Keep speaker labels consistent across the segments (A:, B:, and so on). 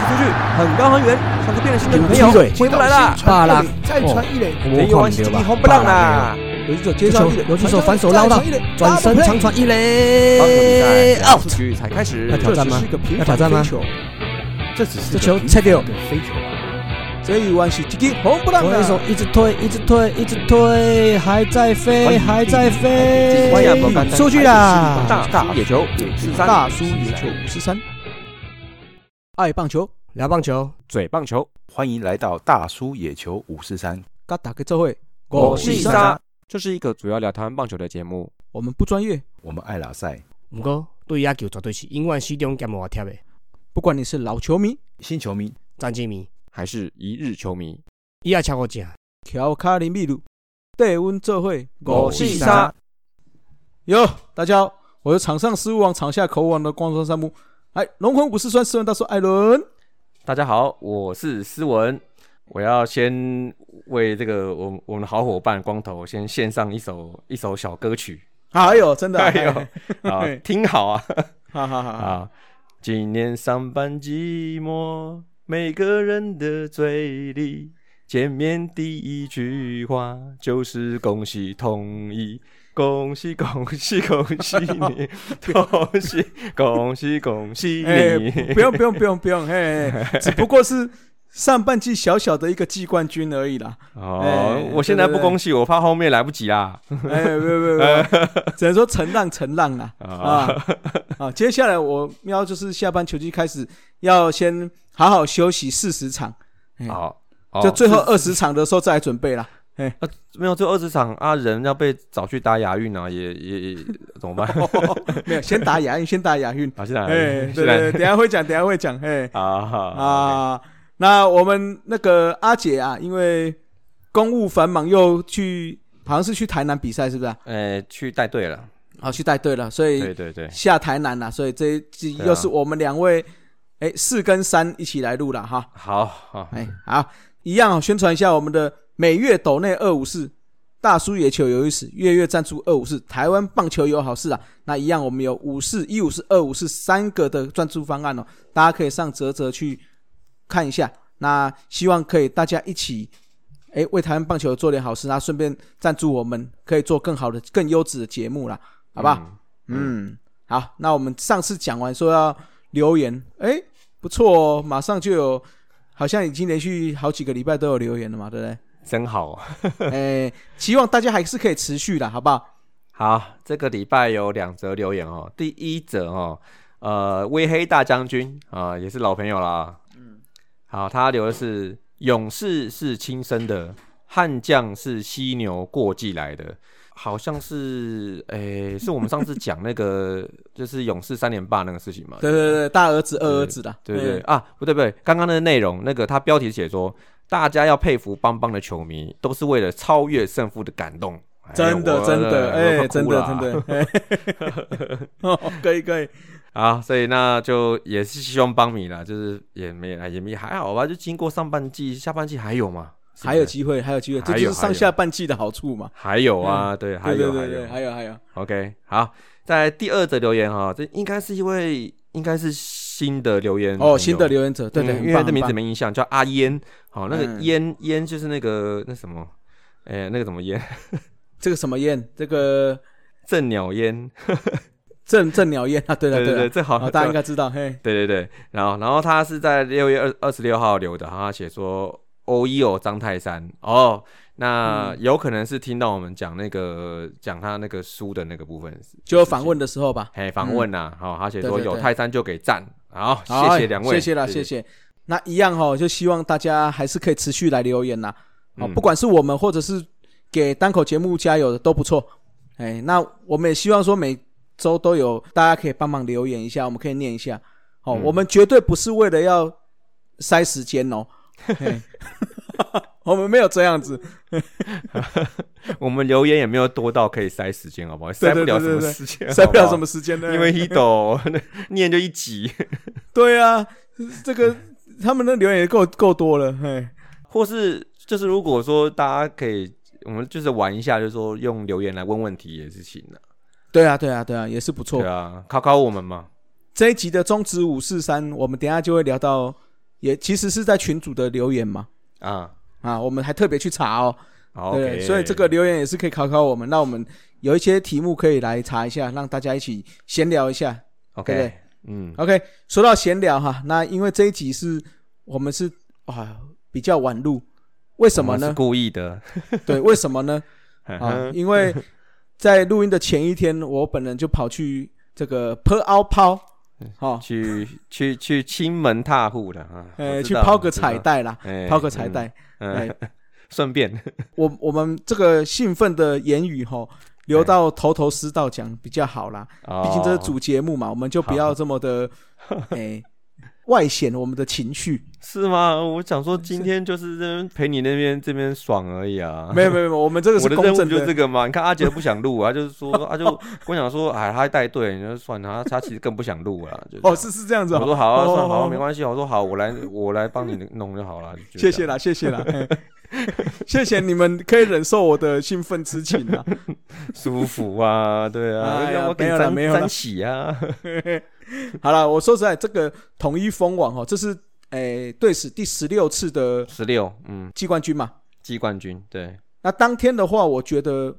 A: 很高很远，像是变了心的女朋
B: 踢
A: 友
B: 腿，
A: 回不来了。
C: 巴拉
B: 再传一垒，
A: 没
C: 我
A: 有
C: 看
A: 关系，
C: 没有吧
A: 一？红不让啦。
C: 游击手接球，游击手反手捞到，转身长传一哦
A: 棒球比
C: 垒
A: 赛
C: ，out
A: 出。局才开始
C: 要。挑战
B: 这只
C: 吗
B: 是一个平凡
C: 要挑战吗
B: 飞球？这只是
C: 这球
B: 切
C: 切掉
B: 飞球啊！这一弯是直接红不让
C: 左
B: 的
C: 右手一直推，一直推，一直推，还在
A: 哎
C: 飞，还在飞
A: 关亚博干，单
C: 出去啦！
A: 大叔野球五四三，
B: 大叔野球五十三，爱棒球，
C: 聊棒球，
A: 嘴棒球，
D: 欢迎来到大叔野球五四三，
B: 嘎打个这会，
A: 我
C: 我
A: 是
C: 是
A: 伊
C: 伊
A: 莎
C: 莎，
A: 这是一个主要聊台湾棒球的节目。
B: 我们不专业，
D: 我们爱拉赛
C: 不过对野球绝对是永远始终兼无贴的。
B: 不管你是老球迷、
D: 新球迷，
C: 詹金迷，
A: 还是一日球迷，
C: 伊也超过正。
B: 乔卡林秘鲁，对温这会，
A: 我是伊莎，
B: 哟，大家好，我是场上失误王、场下口王的光头山姆，哎，龙魂武士酸斯文大叔艾伦，
E: 大家好，我是思文。我要先为这个我们我们的好伙伴光头先献上一首一首小歌曲
B: 哎呦，真的，
E: 哎呦啊，听好啊
B: 哈哈哈，
E: 啊！今年上班寂寞，每个人的嘴里见面第一句话就是恭喜同意。恭喜恭喜恭喜 你！恭喜恭喜恭喜
B: 哎，
E: 你！
B: 不不用不用不用不用，嘿， 嘿只不过是上半季小小的一个季冠军而已啦。
E: 哦
B: 哎，
E: 我现在不恭喜，我怕后面来不及啦。
B: 哎，没有没有没有， 只能说承让承让啦。啊
E: 啊，
B: 啊！接下来我喵就是下半球季开始要先好好休息四十场，哎
E: 好，
B: 就最后
E: 是
B: 二十场的时候再来准备啦。
E: 没有最后二十场啊，人要被找去打亚运啊，也也 也怎么办？
B: 没有，先打亚运，先打亚运。
E: 啊，现在
B: 哎，对
E: 现
B: 对
E: 在
B: 对，等一下会讲，等一下会讲，嘿。
E: 啊啊，
B: 啊，那我们那个阿姐啊，因为公务繁忙，又去好像是去台南比赛，是不是啊？
E: 哎，去带队了，
B: 啊，去带队了，所
E: 对
B: 以
E: 对对，
B: 下台南了，所以这一季
E: 对啊
B: 又是我们两位，哎、四跟三一起来录了哈。
E: 好好，
B: 哎，好，一样哦，宣传一下我们的每月斗内二五四。大叔野球有意思，月月赞助二五四，台湾棒球有好事啊！那一样，我们有五四、一五四、二五四三个的赞助方案哦，大家可以上泽泽去看一下。那希望可以大家一起，哎，为台湾棒球做点好事，那顺便赞助我们，可以做更好的、更优质的节目啦，好不好？
E: 嗯？
B: 嗯，好，那我们上次讲完说要留言，哎、不错哦，马上就有，好像已经连续好几个礼拜都有留言了嘛，对 不
E: 真好，
B: 对？哎、希望大家还是可以持续的，好不好？
E: 好，这个礼拜有两则留言哦，第一则哦，呃，微黑大将军啊，也是老朋友啦，嗯，好，他留的是勇士是亲生的，悍将是犀牛过继来的，好像是，诶、是我们上次讲那个 就是勇士三连霸那个事情嘛，
B: 对对对，大儿子、二儿子哎的，
E: 对不对、啊，不对不对，刚刚的内容那个他标题写说，大家要佩服邦邦的球迷，都是为了超越胜负的感动。哎
B: 真的
E: 我
B: 真的，
E: 我
B: 哎、
E: 快哭
B: 真的
E: 了
B: 真的，哎、 哦，可以可以，
E: 啊，所以那就也是希望邦米啦，就是也没也没还好吧，就经过上半季、下半季还有嘛，是不
B: 还有
E: 是
B: 机会，还有机会，这
E: 还有
B: 就是上下半季的好处嘛。
E: 还有啊，对，
B: 嗯
E: 还
B: 对对
E: 有
B: 对对，
E: 还有
B: 还有还有，
E: ，OK，好，在第二则留言哈，这应该是一位应该是新的留言朋友
B: 哦，新的留言者，对对，
E: 嗯
B: 很
E: 因为
B: 棒
E: 这名字
B: 很棒
E: 没印象，叫阿烟，好，那个
B: 嗯
E: 烟烟就是那个那什么，哎，那个怎么烟？
B: 这个什么燕，这个
E: 正鸟烟，
B: 正正鸟燕啊，对了
E: 对
B: 了
E: 对，，这好
B: 啊，大家应该知道，嘿，
E: 对对对，然后然后他是在六月二二十六号留的，他写说欧一哦张泰山哦，那
B: 嗯
E: 有可能是听到我们讲那个讲他那个书的那个部分，
B: 就有访问的时候吧。
E: 嘿访问呐、好、他写
B: 嗯
E: 说
B: 对对对
E: 有泰山就给赞，好
B: 好
E: 谢谢两位，
B: 哎谢谢啦，谢。谢。那一样哦，就希望大家还是可以持续来留言啦。哦，
E: 嗯
B: 不管是我们或者是给单口节目加油的都不错。哎，那我们也希望说每周都有大家可以帮忙留言一下，我们可以念一下。哦，
E: 嗯
B: 我们绝对不是为了要塞时间哦， 嘿我们没有这样子。
E: 我们留言也没有多到可以塞时间，好不好？
B: 对
E: 塞
B: 对
E: 不了
B: 对
E: 什
B: 对
E: 么
B: 对
E: 时间，
B: 塞不了
E: 好
B: 什
E: 好
B: 么。时间的，
E: 因为一抖念就一集，
B: 对啊，这个他们的留言也够够多了，哎嘿，
E: 或是就是如果说大家可以，我们就是玩一下，就是说用留言来问问题也是行的。
B: 对啊，对啊，对啊，也是不错
E: 对。啊，考考我们嘛。
B: 这一集的中指五四三，我们等一下就会聊到也其实是在群主的留言嘛，
E: 啊。
B: 啊，我们还特别去查哦，
E: 好
B: 对，
E: ，OK，
B: 所以这个留言也是可以考考我们，那我们有一些题目可以来查一下，让大家一起闲聊一下。对不
E: OK，
B: 对
E: 嗯，
B: OK，说到闲聊哈，那因为这一集是我们是啊比较晚录，为什么
E: 我们是
B: 呢？
E: 故意的
B: 对，为什么 呢？啊，因为在录音的前一天，我本人就跑去这个坡凹抛，
E: 嗯
B: 哦，
E: 去 去去亲门踏户的啊，
B: 呃，
E: 我知
B: 去
E: 道
B: 抛个彩，带啦，
E: 我知道
B: 抛个彩，带。
E: 哎哎嗯嗯顺便
B: 我我们这个兴奋的言语吼，留
E: 哎
B: 到头头是道讲比较好啦。 毕
E: 毕
B: 竟这是主节目嘛，我们就不要这么的，哎，外显我们的情绪。
E: 是吗？我想说今天就是这边陪你那边这边爽而已啊。
B: 没有没有没有，我们这个
E: 我
B: 是
E: 的
B: 公
E: 任务
B: 正
E: 就
B: 的
E: 是这。个嘛，你看阿杰不想录啊，就是说，他就跟我讲说，哎，他还带队，你就算了，他他其实更不想录了，就这样
B: 哦，是是这样子
E: 我
B: 哦。
E: 说好啊，
B: 哦
E: 算了好
B: 哦
E: 啊，没关系，我说好，我来我来帮你弄就好了，
B: 谢
E: 就这
B: 谢
E: 样
B: 啦，谢谢啦，嘿 谢谢你们可以忍受我的兴奋之情啊。
E: 舒服啊，对啊，
B: 哎呀
E: 我给
B: 没有
E: 你
B: 啦
E: 沾
B: 没有啦
E: 沾喜啊，
B: 好了，我说实在，这个统一封王哦，这是诶、队史第十六次的
E: 十六，嗯，
B: 季冠军嘛。
E: 季冠军，对，
B: 那当天的话，我觉得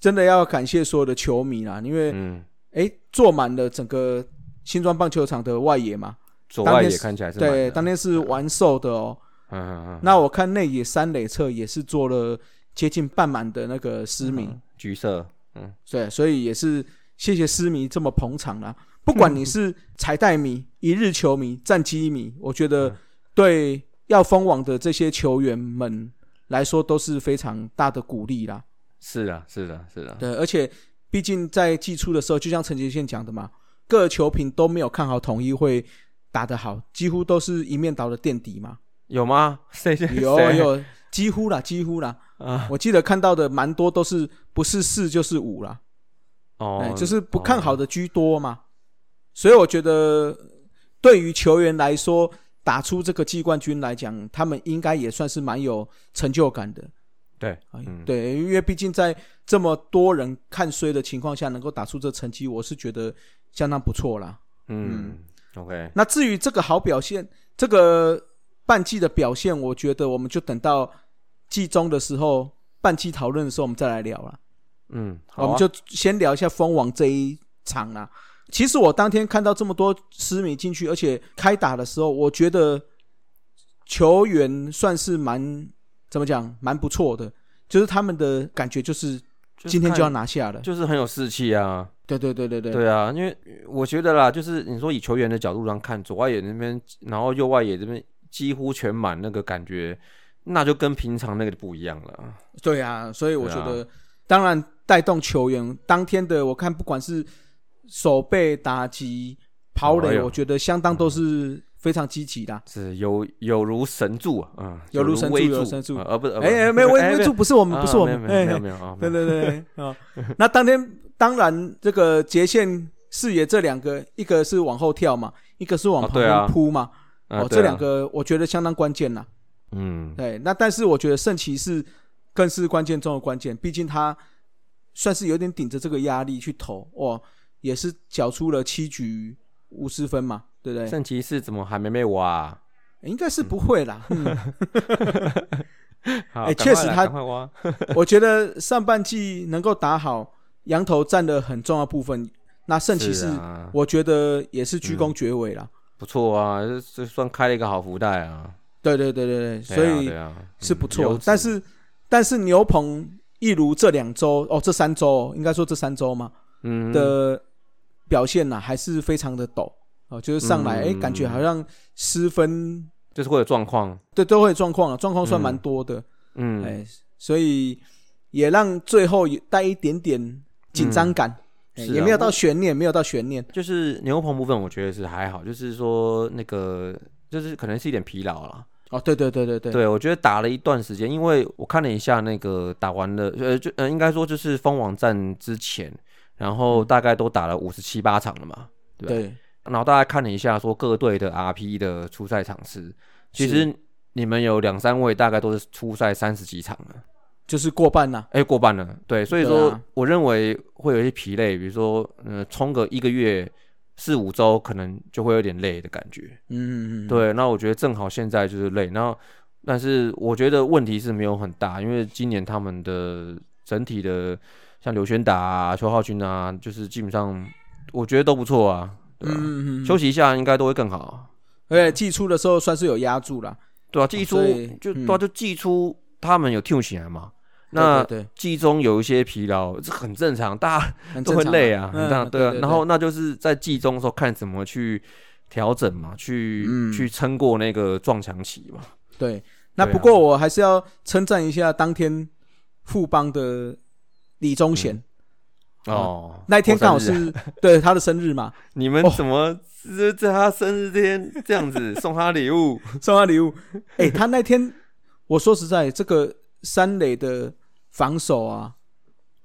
B: 真的要感谢所有的球迷啦，因为
E: 嗯，
B: 诶、坐满了整个新庄棒球场的外野嘛。
E: 左
B: 当
E: 外
B: 天
E: 也
B: 是
E: 看起来是满
B: 对，
E: 的
B: 当天是完售的哦。
E: 嗯嗯嗯，
B: 那我看内野三垒侧也是做了接近半满的那个思明。
E: 嗯橘色，
B: 对，所以也是谢谢思迷这么捧场啦、不管你是彩带 迷、一日球迷、战机迷，我觉得
E: 嗯
B: 对要封网的这些球员们来说都是非常大的鼓励啦。
E: 是啊，是的，是的，
B: 对，而且毕竟在季初的时候，就像陈杰宪讲的嘛，各球评都没有看好统一会打得好，几乎都是一面倒的垫底 嘛。
E: 有吗？谁谁
B: 有
E: 谁
B: 有，几乎啦，几乎啦。
E: 啊？
B: 我记得看到的蛮多都是不是四就是五啦。哎
E: 哦，
B: 就是不看好
E: 哦，
B: 的居多嘛。所以我觉得，对于球员来说，打出这个季冠军来讲，他们应该也算是蛮有成就感的。
E: 对
B: 哎
E: 嗯
B: 对，因为毕竟在这么多人看衰的情况下，能够打出这成绩，我是觉得相当不错啦。
E: 嗯，OK，
B: 那至于这个好表现，这个半季的表现，我觉得我们就等到季中的时候，半季讨论的时候，我们再来聊啦。
E: 嗯，好
B: 我们
E: 啊
B: 就先聊一下封王这一场啦、其实我当天看到这么多失迷进去，而且开打的时候，我觉得球员算是蛮怎么讲，蛮不错的，就是他们的感觉就是
E: 就是
B: 今天就要
E: 看
B: 拿下了。
E: 就是很有士气啊，
B: 对对对对对，
E: 对啊，因为我觉得啦，就是你说以球员的角度上看，左外野那边，然后右外野这边几乎全满，那个感觉，那就跟平常那个不一样了。
B: 对啊，所以我觉
E: 对啊
B: 得，当然带动球员当天的，我看不管是手背打击、跑
E: 哎
B: 垒，
E: 呦
B: 我觉得相当都是非常积极的啊。
E: 是有有如神助啊，嗯，
B: 有如
E: 如
B: 神助
E: 微
B: 有如神助
E: 呃而不是，而不
B: 哎哎，没有，
E: 哎
B: 微微助不是我
E: 没有
B: 们，
E: 啊
B: 不是我们，
E: 没有
B: 哎
E: 没有没有没有啊，没
B: 对
E: 有
B: 对对对啊！那当天当然，这个节线视野这两个，一个是往后跳嘛，一个是往
E: 哦
B: 旁
E: 对
B: 边
E: 啊
B: 扑嘛。
E: 啊
B: 哦，
E: 对
B: 这
E: 啊
B: 两个我觉得相当关键啦。
E: 嗯，
B: 对，那但是我觉得圣骑士更是关键中的关键，毕竟他算是有点顶着这个压力去投哦，也是缴出了七局五十分嘛，对不对？
E: 圣骑士怎么还没啊被挖？
B: 应该是不会啦。嗯
E: 好
B: 哎
E: 赶
B: 确
E: 快
B: 实
E: 来
B: 他
E: 赶快挖，
B: 我觉得上半季能够打好，羊头占了很重要部分。那圣骑
E: 是
B: 士
E: 啊嗯
B: 我觉得也是居功厥伟啦。
E: 不错啊，这这算开了一个好福袋啊，
B: 对对对对对，
E: 对
B: 所
E: 啊
B: 以
E: 对啊
B: 是不错。
E: 优质
B: 但是但是牛棚一如这两周哦，这三周、哦、应该说这三周嘛
E: 嗯
B: 的表现呢、还是非常的陡哦，就是上来哎、诶
E: 嗯
B: 感觉好像失分
E: 就是会有状况，
B: 对都会有状况了，啊状况算蛮
E: 嗯
B: 多的哎、
E: 嗯，
B: 所以也让最后也带一点点紧张感。哎
E: 是啊
B: 也没有到
E: 我
B: 悬念，没有到悬念，
E: 就是牛棚部分，我觉得是还好，就是说那个就是可能是一点疲劳了。
B: 哦，对对对对对，
E: 对，我觉得打了一段时间，因为我看了一下那个打完了，呃，就呃应该说就是封网站之前，然后大概都打了五十七八场了嘛，对吧
B: 对
E: 然后大家看了一下说各队的 RP 的初赛场次，其实你们有两三位大概都是初赛三十几场啊了。
B: 就是过半啦、
E: 哎、过半了，对，所以
B: 对
E: 说、
B: 啊
E: 我认为会有一些疲累，比如说，呃，冲个一个月四五周可能就会有点累的感觉。
B: 嗯嗯嗯，
E: 对，那我觉得正好现在就是累，然后但是我觉得问题是没有很大，因为今年他们的整体的像刘轩达啊、邱浩军啊，就是基本上我觉得都不错啊，对
B: 嗯
E: 吧、
B: 嗯嗯，
E: 休息一下应该都会更好，
B: 而且季初的时候算是有压住了，
E: 对啊，季初
B: 哦所以
E: 就
B: 嗯
E: 对啊，就季初他们有 tune 起来嘛，那
B: 对对对
E: 季中有一些疲劳，这很正常，大家
B: 很
E: 都
B: 正
E: 会
B: 常啊
E: 累啊，
B: 嗯
E: 这样对啊。
B: 对。
E: 然后那就是在季中的时候看怎么去调整嘛，去、
B: 嗯
E: 去撑过那个撞墙期嘛。
B: 对，那
E: 对啊
B: 不过我还是要称赞一下当天富邦的李宗贤，
E: 哦，
B: 那一天刚好
E: 嗯过生日啊
B: 是 对他的生日嘛，
E: 你们
B: 哦
E: 怎么这在他生日这天这样子送他礼物？
B: 送他 礼物。哎、他那天我说实在，这个三垒的防守啊，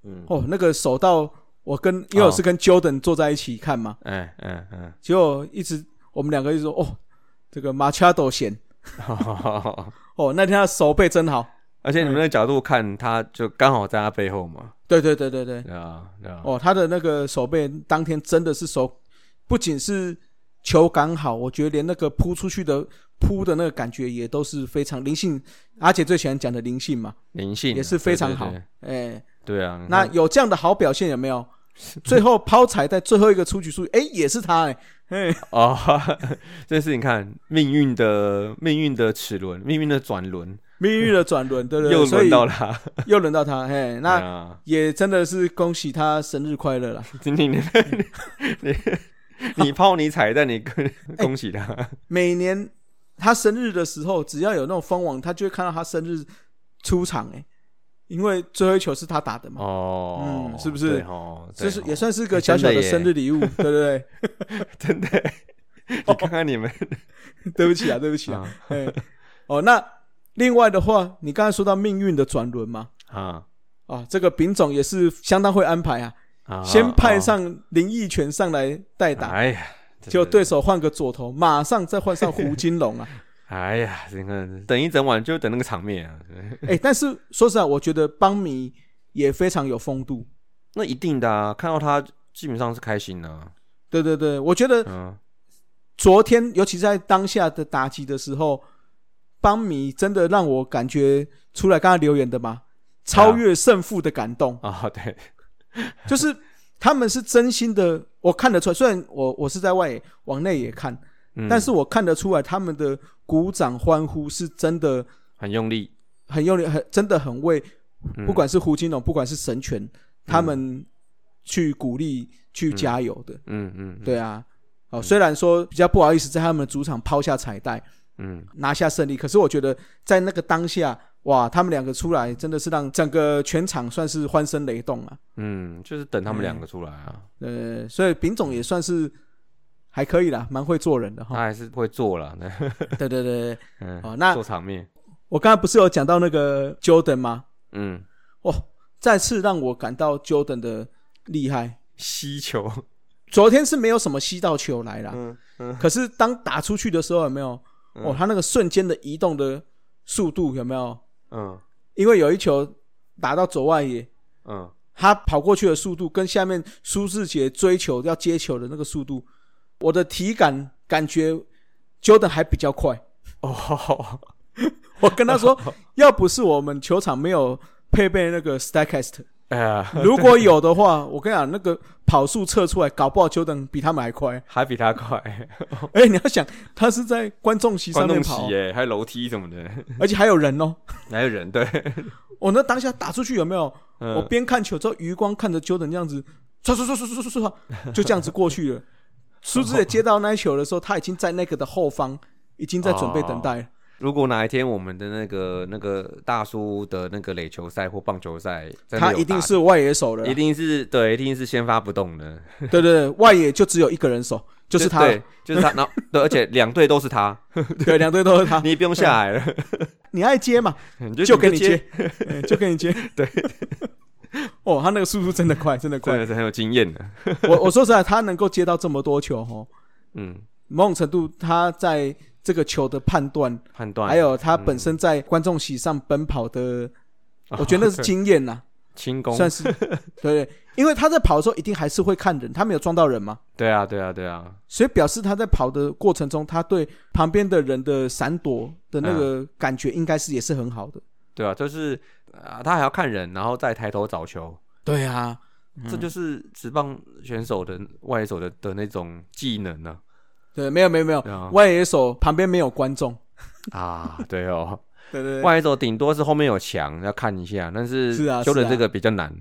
E: 嗯，哦
B: 哦，那个守到我跟因为我是跟 Jordan 坐在一起看嘛，
E: 哎嗯嗯，
B: 结果一直我们两个一直说哦，这个 Machado 险哦，那天他手背真好。
E: 而且你们的角度看，他就刚好在他背后嘛，
B: 对对对对对，
E: 对啊对啊，
B: 哦，他的那个手背当天真的是手，不仅是球感好，我觉得连那个扑出去的扑的那个感觉也都是非常灵性，而且最喜欢讲的灵性嘛，
E: 灵性啊
B: 也是非常好
E: 对对对。
B: 哎、
E: 对啊，
B: 那有这样的好表现有没 有？最后抛彩在最后一个出局数，哎、也是他哎、
E: 哦，这是你看命运的命运的齿轮，命运的转轮，
B: 命运的转轮，对不对？
E: 又轮到
B: 了，
E: 他。
B: 又轮到他，嘿、
E: 对
B: 那
E: 啊
B: 也真的是恭喜他生日快乐啦！
E: 你你你你抛你彩蛋，你跟恭喜他。
B: 每年他生日的时候，只要有那种封网，他就会看到他生日出场哎、因为最后一球是他打的嘛，
E: 哦
B: 嗯是不是
E: 对哦，
B: 这
E: 对
B: 是
E: 哦
B: 也算是个小小
E: 哎真的耶
B: 生日礼物，对不对？
E: 真的。你看看你 们
B: 对不起啊，对 不起啊，
E: 啊
B: 哎、哦，那另外的话，你刚才说到命运的转轮嘛，
E: 啊
B: 啊，这个丙总也是相当会安排啊，
E: 啊
B: 先派上林奕泉上来代打，
E: 哎呀，真
B: 结果
E: 的
B: 对，手换个左投，马上再换上胡金龙 啊。
E: 哎呀，你看等一整晚就等那个场面啊，
B: 哎、但是说实在，我觉得邦迷也非常有风度。
E: 那一定的啊，看到他基本上是开心的啊，
B: 对对对，我觉得
E: 嗯，
B: 昨天，尤其在当下的打击的时候，邦迷真的让我感觉出来，刚才留言的嘛，超越胜负的感动，
E: 啊对，
B: 就是他们是真心的，我看得出来。虽然我我是在外野往内也看，
E: 嗯
B: 但是我看得出来他们的鼓掌欢呼是真的
E: 很用力，
B: 很用力，很真的很为
E: 嗯
B: 不管是胡金龙，不管是神权，他们去鼓励、去加油的，
E: 嗯嗯，嗯
B: 对啊。哦，虽然说比较不好意思在他们的主场抛下彩带，
E: 嗯
B: 拿下胜利，可是我觉得在那个当下，哇，他们两个出来真的是让整个全场算是欢声雷动啊。
E: 嗯，就是等他们两个出来啊，
B: 呃，所以丙总也算是还可以啦，蛮会做人的
E: 他
B: 哈。
E: 还是会做了，
B: 对对对，对
E: 嗯，
B: 哦，那
E: 做场面，
B: 我刚才不是有讲到那个 Jordan 吗？
E: 嗯。
B: 哇，再次让我感到 Jordan 的厉害。
E: 吸球，
B: 昨天是没有什么吸到球来啦，
E: 嗯嗯
B: 可是当打出去的时候，有没有？哦，他那个瞬间的移动的速度有没有？
E: 嗯
B: 因为有一球打到左外野，
E: 嗯，
B: 他跑过去的速度跟下面苏志杰追求要接球的那个速度，我的体感感觉 Jordan 还比较快。
E: 哦，
B: 我跟他 说，要不是我们球场没有配备那个 Stackcast，
E: 哎呀，
B: 如果有的话，我跟你讲，那个跑速测出来，搞不好 Jordan 比他们还快。
E: 还比他快，
B: 哎、你要想，他是在观众席上
E: 观
B: 面
E: 众
B: 跑
E: 席，耶，还有楼梯什么的，
B: 而且还有人哦。
E: 还有人对，
B: 我那当下打出去有没有？我
E: 嗯，
B: 边看球之后，余光看着 Jordan 这样子，唰唰唰唰唰唰唰唰，就这样子过去了。苏志也接到那一球的时候，他已经在那个的后方，已经在准备等待了。
E: 如果哪一天我们的那个那个大叔的那个垒球赛或棒球赛，真的
B: 他
E: 有
B: 一定
E: 打
B: 是啊外野手了啦，
E: 一定是对，一定是先发不动的，
B: 对对对，外野就只有一个人守，就是他，
E: 对，就是他，然后对，而且两队都是他，
B: 对，两队都是他。
E: 你
B: 你
E: 也不用下来了，
B: 你爱接嘛，
E: 你就
B: 啊就给你
E: 你
B: 接，，哎就给你接。
E: 对，
B: 哦，他那个速度真的快，真的
E: 真
B: 快
E: 的。是很有经验的，
B: 我我说实在，他能够接到这么多球，哦，
E: 嗯，
B: 某种程度他在这个球的判断
E: 判断
B: 哎还有他本身在观众席上奔跑的，我觉得那是经验呐、
E: 轻嗯 功，
B: 算是对对，因为他在跑的时候一定还是会看人，他没有撞到人嘛，
E: 对啊，对啊，对啊，
B: 所以表示他在跑的过程中，他对旁边的人的闪躲的那个感觉应该是也是很好的。
E: 对啊，就是啊、他还要看人，然后再抬头找球，
B: 对啊，
E: 这就是职棒选手的外野手的的那种技能呢、
B: 对，没有没有没有，
E: 对啊。
B: 外野手旁边没有观众，
E: 啊，对哦，
B: 对对对，
E: 外野手顶多是后面有墙要看一下，但是
B: 是啊
E: 修
B: 是
E: 的
B: 啊
E: 这个比较难。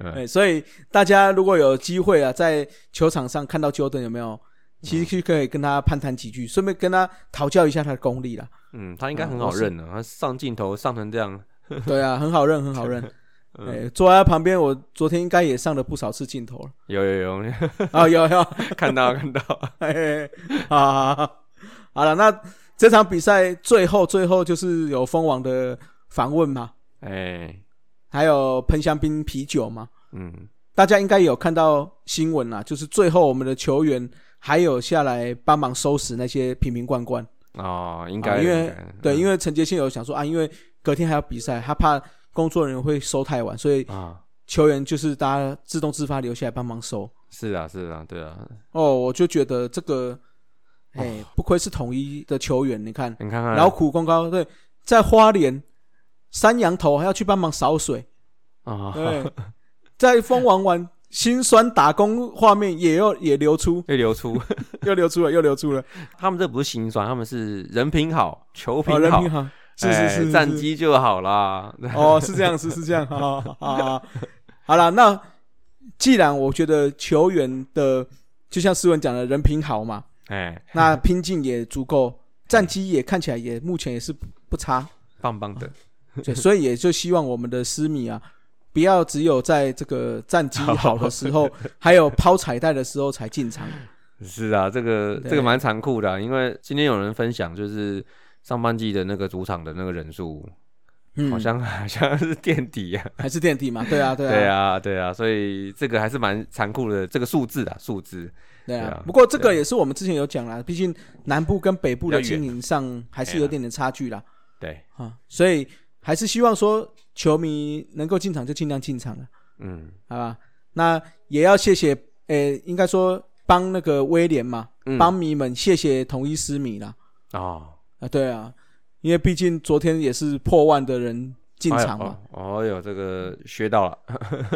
E: 嗯
B: 对，所以大家如果有机会啊，在球场上看到 Jordan 有没有，其实可以跟他攀谈几句，顺便跟他讨教一下他的功力啦。
E: 嗯，他应该
B: 嗯
E: 很
B: 我
E: 好
B: 是
E: 认的、他上镜头上成这样，
B: 对啊，很好认，很好认。哎，坐在他旁边，我昨天应该也上了不少次镜头了。
E: 有有有，
B: 啊，有有，
E: 看到看到，
B: 嘿嘿嘿好好好好好了，那这场比赛最后最后就是有蜂王的访问嘛，
E: 哎、
B: 还有喷香槟啤酒嘛，
E: 嗯，
B: 大家应该也有看到新闻啦，就是最后我们的球员还有下来帮忙收拾那些瓶瓶罐罐。
E: 哦，应
B: 啊
E: 该、
B: 因为
E: 应该
B: 对，
E: 嗯
B: 因为陈杰宪有想说啊，因为隔天还有比赛，他怕工作人员会收太晚，所以
E: 啊，
B: 球员就是大家自动自发留下来帮忙收。
E: 是啊是啊，对啊，
B: 哦，我就觉得这个，哎、
E: 哦
B: 不愧是统一的球员，你看
E: 你看看
B: 劳苦功高，对，在花莲山羊头还要去帮忙扫水，
E: 啊，
B: 对，在蜂王湾辛酸打工画面也又也流出，
E: 被流出，
B: 又流出了，又流出 了，
E: 他们这不是心酸，他们是人品好，球品
B: 哦，人
E: 好，
B: 品好，是
E: 哎
B: 是是是
E: 战绩就好啦。
B: 哦，是这样，是是这样，好好好好，好了，那既然我觉得球员的就像诗文讲的人品好嘛，
E: 哎，
B: 那拼劲也足够，战绩也看起来也目前也是不差，
E: 棒棒的，
B: 对，所以也就希望我们的诗迷啊，不要只有在这个战绩好的时候，还有抛彩带的时候才进 场。
E: 是啊，这个
B: 对
E: 这个蛮残酷的啊、因为今天有人分享就是上半季的那个主场的那个人数，
B: 嗯，
E: 好像 好像是垫底啊，
B: 还是垫底嘛，对啊，对啊，
E: 对啊对啊，所以这个还是蛮残酷的，这个数字啊数字，
B: 对
E: 对
B: 啊
E: 啊。
B: 不过这个也是我们之前有讲啦，毕竟南部跟北部的
E: 比较远
B: 经营上还是有点点差距啦，
E: 对，
B: 啊，所以还是希望说球迷能够进场就尽量进场了，
E: 嗯
B: 好吧？那也要谢谢，呃，应该说帮那个威廉嘛，
E: 嗯
B: 帮迷们谢谢同一师迷啦。
E: 哦，
B: 啊，对啊，因为毕竟昨天也是破万的人进场嘛，
E: 哎呦，哦哦哟，这个学到了，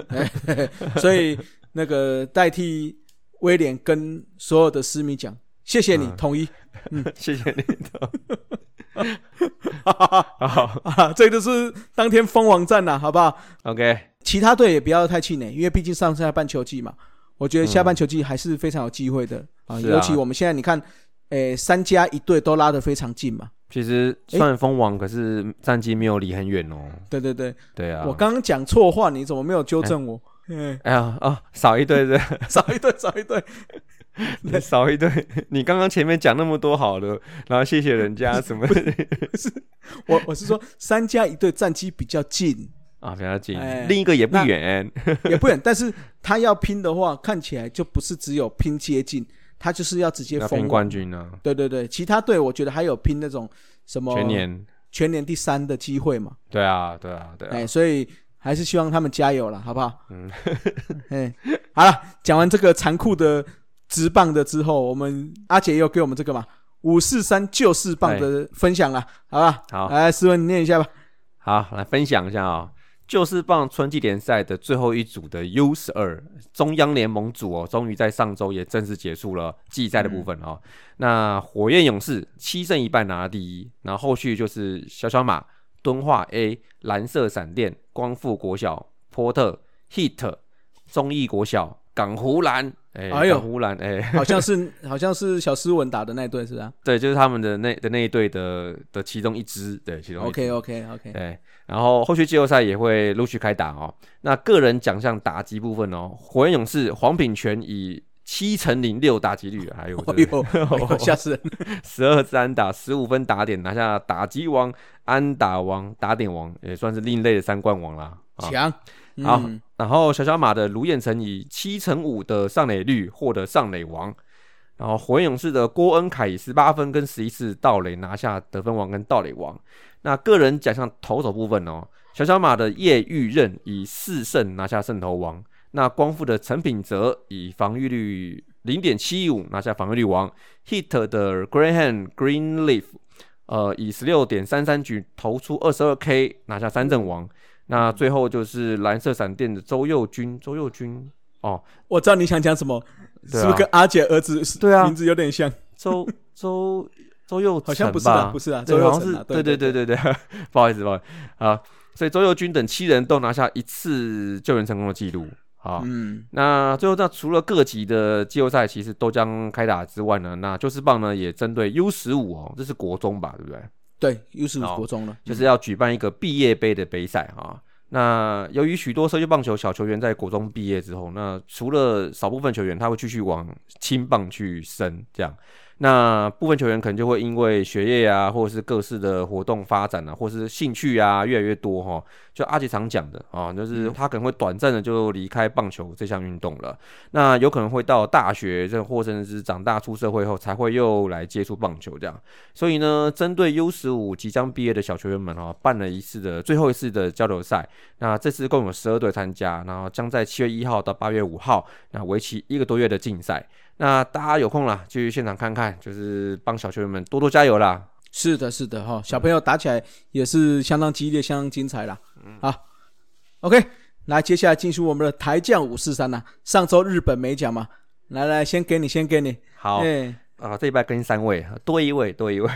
E: 哎
B: 所以那个代替威廉跟所有的思迷讲，谢谢你，
E: 嗯
B: 统 一
E: 谢谢你的，
B: 啊，这个就是当天封王战啦，好不好？
E: OK，
B: 其他队也不要太气馁，因为毕竟上下半球季嘛，我觉得下半球季还是非常有机会的、啊，
E: 是啊
B: 尤其我们现在你看，诶、三家一队都拉得非常近嘛，
E: 其实算封王，可是战绩没有离很远哦，
B: 对对对，
E: 对啊，
B: 我刚刚讲错话，你怎么没有纠正我？嗯，
E: 哎呀啊， 少一对对。
B: 少一队，少一队，
E: 少一对， 你刚刚前面讲那么多好的，然后谢谢人家什么
B: 我我是说三家一队战绩比较近，
E: 啊，比较近
B: 哎，
E: 另一个也不
B: 那
E: 远，
B: 也不远，但是他要拼的话，看起来就不是只有拼接近，他就是要直接
E: 要
B: 封
E: 拼。冠军呢，
B: 对对对，其他队我觉得还有拼那种什么
E: 全年，
B: 全年第三的机会嘛，
E: 对啊，对啊，对
B: 哎、
E: 啊，
B: 所以还是希望他们加油了，好不好？
E: 嗯，
B: 哎，好了，讲完这个残酷的直棒的之后，我们阿杰又给我们这个嘛五四三就是棒
E: 哎
B: 的分享了，好吧？
E: 好
B: 来，思文你念一 下吧。
E: 好，来分享一下啊、就是棒春季联赛的最后一组的 U 十二中央联盟组哦，终于在上周也正式结束了季赛的部分
B: 嗯
E: 哦。那火焰勇士七胜一败拿了第一，然后后续就是小小马、敦化 A、蓝色闪电、光复国小、波特、Hit、中义国小、港湖蓝，哎、
B: 哎呦
E: 港湖蓝，哎、
B: 好像是好像是小思文打的那一队是吧
E: 对，就是他们的那的那一队的的其中一支，对，其中一支
B: ？OK OK OK，
E: 对，然后后续季后赛也会陆续开打哦。那个人奖项打击部分哦，火焰勇士黄品全以七乘零六打击率，啊还有
B: 哎呦，哎呦吓死人！
E: 十二支安打，十五分打点，拿下打击王、安打王、打点王，也算是另类的三冠王啦。啊
B: 强。
E: 好
B: 嗯，
E: 然后小小马的卢彦成以七乘五的上垒率获得上垒王，然后火焰勇士的郭恩凯以十八分跟十一次盗垒拿下得分王跟盗垒王。那个人奖项投手部分哦，小小马的叶玉任以四胜拿下胜投王，那光复的陈品哲以防御率零点七五拿下防御率王，Hit 的 Graham Greenleaf 呃以十六点三三局投出二十二 K 拿下三阵王，那最后就是蓝色闪电的周佑君，周佑君哦，
B: 我知道你想讲什么，
E: 对啊
B: 是不是跟阿姐儿子是
E: 对啊
B: 名字有点像？
E: 周周周佑
B: 好像
E: 成
B: 不是
E: 吧
B: 吧？不是啊，
E: 对，
B: 周
E: 好
B: 佑
E: 像
B: 成
E: 是
B: 啊，
E: 对对对
B: 对，
E: 对对， 不好意思不好意思啊，所以周佑军等七人都拿下一次救援成功的记录啊。
B: 嗯，
E: 那最后，那除了各级的季后赛其实都将开打之外呢，那就是棒呢也针对 U 十五哦，这是国中吧，对不对？
B: 对，U 十五
E: 哦
B: 国中了，嗯
E: 就是要举办一个毕业杯的杯赛啊。那由于许多社区棒球小球员在国中毕业之后，那除了少部分球员他会继续往青棒去升，这样，那部分球员可能就会因为学业啊，或者是各式的活动发展啊，或是兴趣啊越来越多哈、就阿杰常讲的啊，就是他可能会短暂的就离开棒球这项运动了，那有可能会到大学，这或甚至是长大出社会后才会又来接触棒球这样。所以呢，针对 U 十五即将毕业的小球员们哦，办了一次的最后一次的交流赛。那这次共有十二队参加，然后将在七月一号到八月五号，那为期一个多月的竞赛。那大家有空啦，去现场看看，就是帮小球员们多多加油啦。
B: 是的，是的，
E: 嗯
B: 哈，小朋友打起来也是相当激烈，相当精彩啦。
E: 嗯
B: 好，OK，来，接下来进入我们的台将五四三呐。上周日本没讲嘛，来来，先给你，先给你。
E: 好
B: 哎
E: 啊，这一拜更新三位，多一位，多一位。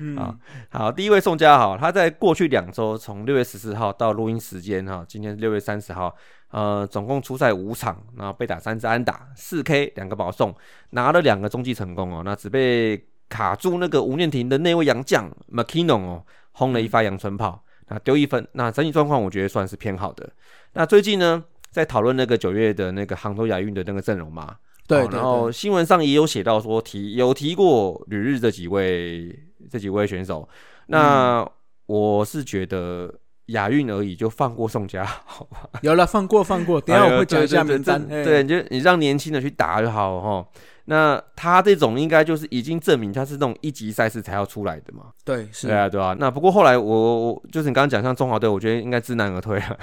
B: 嗯
E: 好，好，第一位宋佳豪，他在过去两周，从六月十四号到录音时间哈，今天六月三十号，呃，总共出赛五场，然后被打三支安打，四 K 两个保送，拿了两个中继成功哦，那只被卡住那个吴念婷的那位洋将 McKinnon 哦，轰了一发阳春炮，那丢一分，那整体状况我觉得算是偏好的。那最近呢，在讨论那个九月的那个杭州亚运的那个阵容嘛，
B: 对
E: 哦
B: 对
E: 然后
B: 对，
E: 新闻上也有写到说提有提过旅日这几位这几位选手，那、
B: 嗯
E: 我是觉得亚运而已，就放过宋佳好吧。
B: 有了，放过放过， 等一下
E: 哎呦
B: 我会讲一下
E: 对对对
B: 名单。
E: 这
B: 哎
E: 对，你就你让年轻人去打就好哈。那他这种应该就是已经证明他是那种一级赛事才要出来的嘛。
B: 对，是
E: 对啊，对啊。那不过后来我我就是你刚刚讲像中华队，我觉得应该知难而退 了。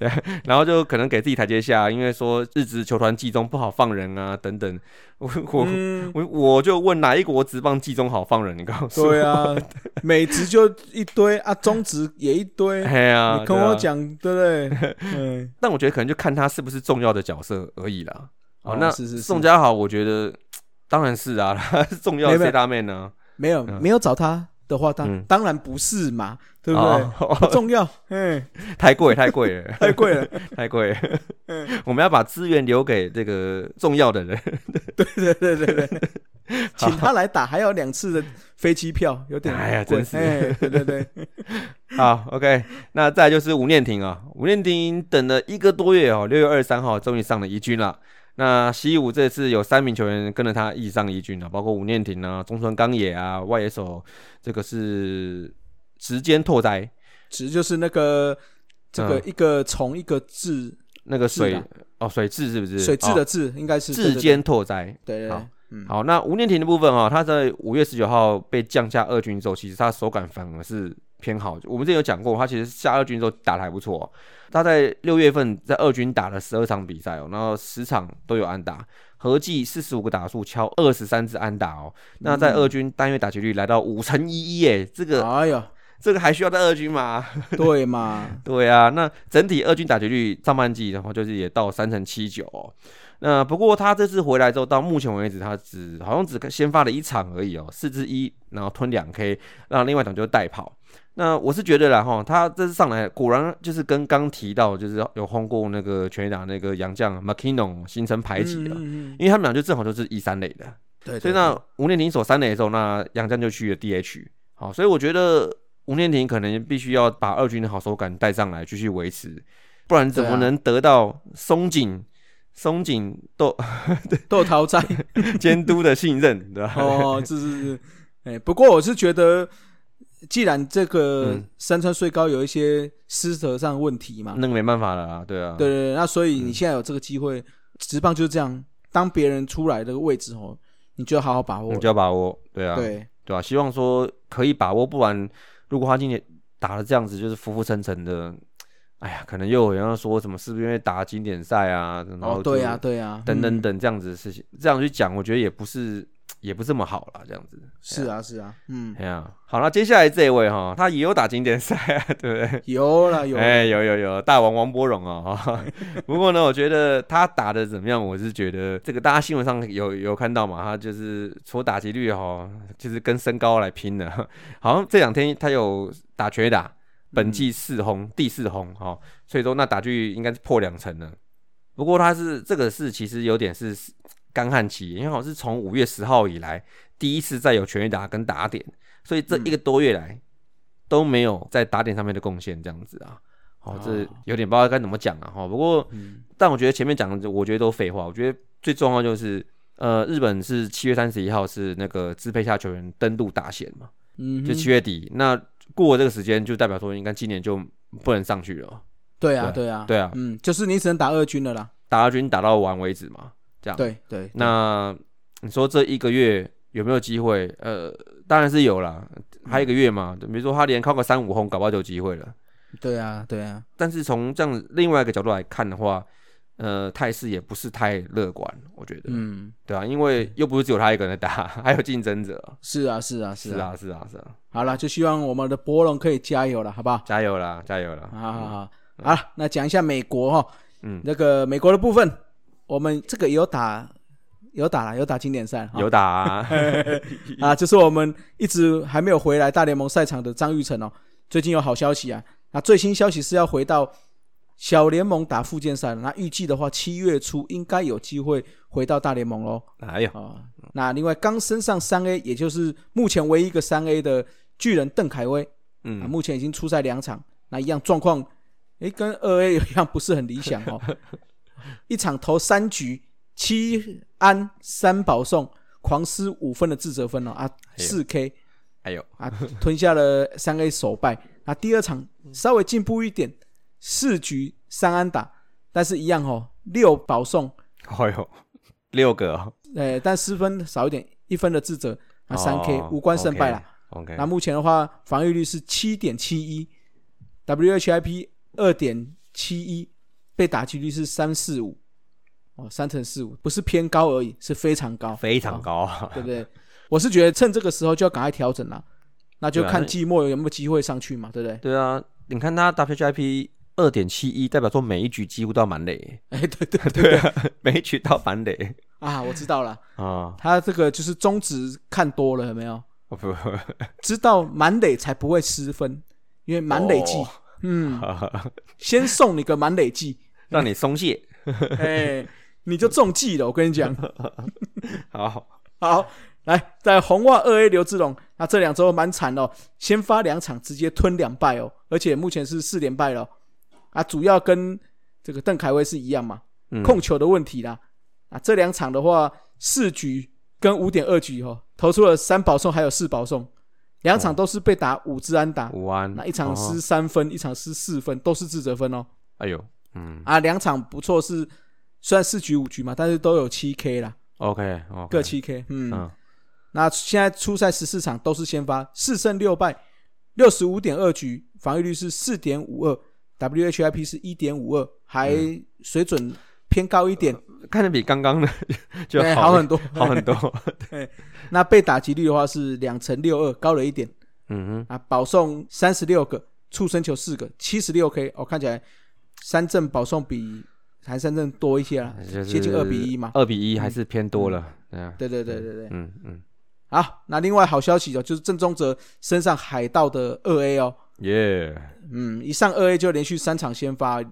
E: 对，然后就可能给自己台阶下，因为说日职球团季中不好放人啊，等等。我我、
B: 嗯，
E: 我我就问哪一国职棒季中好放人？你告诉我。
B: 对啊，美职就一堆啊，中职也一 堆。
E: 哎呀，
B: 你跟
E: 对啊
B: 我，讲对不 对？嗯，
E: 但我觉得可能就看他是不是重要的角色而已啦。哦，
B: 哦
E: 那
B: 是是是
E: 宋佳豪，我觉得当然是啊，他是重要
B: 没
E: 的
B: 没
E: C 大妹呢，
B: 没有
E: 嗯
B: 没有找他的话，当
E: 嗯哦
B: 当然不是嘛，对不
E: 对
B: 对？不
E: 对？
B: 重要，嗯，
E: 太贵，太贵了，
B: 太贵了，
E: 太贵 了。
B: 嗯
E: 我们要把资源留给这个重要的人。
B: 对对对 对对，请他来打，还有两次的飞机票，有点
E: 哎呀
B: 贵
E: 真是
B: 哎对对 对，
E: 好，OK，那再来就是吴念婷啊，吴念婷等了一个多月哦，六月二十三号终于上了一军了。那西武这次有三名球员跟着他一起上一军了，包括吴念婷啊、中村刚也啊、外野手，这个是直间拓哉，
B: 值就是那个这个
E: 嗯
B: 一个虫一个字，
E: 那个水
B: 是啊
E: 哦水蛭是不是？
B: 水质的
E: 哦
B: 字应该是
E: 蛭，间拓哉。
B: 对对对对
E: 好，
B: 嗯，
E: 好，那吴念婷的部分哈、哦，他在五月十九号被降下二军之后，其实他手感反而是偏好。我们之前有讲过，他其实下二军之后打的还不错哦、他在六月份在二军打了十二场比赛哦，然后十场都有安打，合计四十五个打数敲二十三支安打哦。那在二军单月打击率来到五成一一耶，这个、
B: 哎呦，
E: 这个还需要在二军吗？
B: 对嘛，
E: 对啊，那整体二军打击率上半季的话，就是也到三成七九、哦。那不过他这次回来之后，到目前为止，他只好像只先发了一场而已哦，四支一，然后吞两 K，那另外一场就带跑。那我是觉得啦，哈，他这次上来果然就是跟刚提到，就是有轰过那个全垒打那个洋将 McKinnon 形成 排挤了，
B: 嗯，嗯嗯
E: 因为他们俩就正好就是一三垒的，
B: 对，
E: 所以
B: 呢，
E: 那吴念婷守三垒的时候，那杨绛就去了 DH。好，所以我觉得吴念婷可能必须要把二军的好手感带上来，继续维持，不然怎
B: 对
E: 么
B: 啊
E: 能得到松井松井斗
B: 豆桃在
E: 监督的信任， 对吧？
B: 哦，是是是，哎，不过我是觉得，既然这个
E: 嗯
B: 山川穗高有一些师德上的问题嘛，
E: 那个没办法了啊，对啊，
B: 对对对，那所以你现在有这个机会，职棒就是这样，当别人出来的位置哦，你就要好好把握
E: 你。就要把握，对啊，
B: 对，
E: 对吧、希望说可以把握，不然如果他今年打的这样子，就是浮浮沉沉的。哎呀，可能又有人要说什么是不是因为打经典赛啊，然后
B: 哦，对
E: 就
B: 呀，对呀，
E: 等等
B: 嗯，
E: 等这样子的事情，这样去讲，我觉得也不是也不这么好啦，这样子。
B: 是啊，是啊，嗯，
E: 哎呀，好那接下来这一位哈，他也有打经典赛、啊，对不对？
B: 有啦有啦，
E: 哎、有有有，大王王柏荣哦。哈 不过呢，我觉得他打的怎么样，我是觉得这个大家新闻上有有看到嘛，他就是除了打击率哈，就是跟身高来拼的。好像这两天他有打全垒打，本季四轰、第四轰哈、哦，所以说那打距应该是破两成了。不过他是这个是其实有点是干旱期，因为好像是从五月十号以来第一次再有全垒打跟打点，所以这一个多月来、都没有在打点上面的贡献，这样子啊。哦，这
B: 哦
E: 有点不知道该怎么讲啊。哈、不过
B: 嗯
E: 但我觉得前面讲的，我觉得都废话。我觉得最重要就是，呃，日本是七月三十一号是那个支配下球员登陆大限嘛，
B: 嗯哼，
E: 就七月底。那过了这个时间，就代表说应该今年就不能上去了，
B: 对啊，
E: 对
B: 对啊，
E: 对啊
B: 嗯，就是你只能打二军的啦。
E: 打到军打到完为止嘛。这样。。
B: 对对，
E: 啊那你说这一个月有没有机会？呃，当然是有啦，还有一个月嘛。比如说他连靠个三五轰，搞不好就有机会了。
B: 对啊，对啊，
E: 但是从这样另外一个角度来看的话，呃，态势也不是太乐观，我觉得。
B: 嗯，
E: 对啊，因为又不是只有他一个人在打， 还有竞争者。
B: 是啊，是啊，是
E: 是
B: 啊。
E: 啊，是啊，是啊，
B: 好了，就希望我们的博龙可以加油了，好不好？
E: 加油啦，加油啦！
B: 好好好，好了，那讲一下美国哈、
E: 嗯，
B: 那个美国的部分，我们这个有打有打了，有打经典赛了哈，
E: 有 打啊，
B: 啊，就是我们一直还没有回来大联盟赛场的张玉成哦，最近有好消息啊！那最新消息是要回到小联盟打附件赛了，那预计的话七月初应该有机会回到大联盟喽。
E: 哎呦，
B: 哦，那另外刚升上三 A，也就是目前唯一一个三 A 的巨人邓凯威啊，
E: 嗯，
B: 目前已经出赛两场，那一样状况，诶，跟二 A 有一样不是很理想哦，一场投三局，七安三保送，狂失五分的自责分哦啊，
E: 哎呦
B: 四 K
E: 哎呦，
B: 啊，吞下了三 A 首败。那第二场稍微进步一点，四局三安打，但是一样哦，六保送，
E: 哎呦，六个哦
B: 呃，但失分少一点，一分的自责啊，三 K
E: 哦
B: 无关胜败啦。
E: ，OK，
B: 那
E: OK，
B: 目前的话，防御率是七点七一，WHIP 二点七一，被打击率是三四五，哦，三乘四五，不是偏高而已，是非常高，哦
E: 非常高啊，
B: 对不对？我是觉得趁这个时候就要赶快调整了，那就
E: 对啊
B: 看
E: 那
B: 季末有没有机会上去嘛，对不 对？
E: 对啊，你看他 WHIP 二点七一，代表说每一局几乎到满垒，
B: 哎，对对对
E: 对啊，每一局到满垒
B: 啊，我知道了，
E: 啊，
B: 他这个就是中指看多了，有没有？
E: 哦不，
B: 知道满垒才不会失分，因为满垒计，
E: 哦
B: 嗯，先送你个满垒 计，
E: 让你松 懈，
B: 哎，你就中计了，我跟你讲。
E: 好，
B: 好，来，在红袜二 A 刘志龙，那这两周蛮惨的哦，先发两场直接吞两败哦，而且目前是四连败了哦、啊，主要跟这个邓凯威是一样嘛，
E: 嗯
B: 控球的问题啦。啊，这两场的话，四局跟五点二局哦，投出了三保送，还有四保送，两
E: 哦
B: 场都是被打五支安打，
E: 五安，
B: 那一场
E: 哦
B: 失，三分，一场失四分，都是自责分哦。
E: 哎呦，嗯
B: 啊，两场不错是，虽然四局五局嘛，但是都有七 K 啦，
E: ，OK，哦，
B: 各七 K，嗯
E: 嗯，
B: 那现在初赛十四场都是先发，四胜六败，六十五点二局，防御率是四点五二，WHIP 是一点五二，还水准偏高一点，
E: 看着比刚刚的嗯 就
B: 哎
E: 好
B: 好很多。
E: 好很多，
B: 那被打击率的话是两成六二，高了一点
E: 嗯哼，
B: 啊，保送三十六个，触身球四个，七十六 K，哦，看起来三振保送比韩三振多一些啦，
E: 哎就是
B: 接近二比一嘛。嗯
E: 二比一还是偏多了，对啊，
B: 对对对对对，
E: 嗯嗯，
B: 好，那另外好消息哦，就是郑宗哲身上海盗的二 A 哦，
E: 耶，
B: 嗯，一上二 A 就连续三场先发，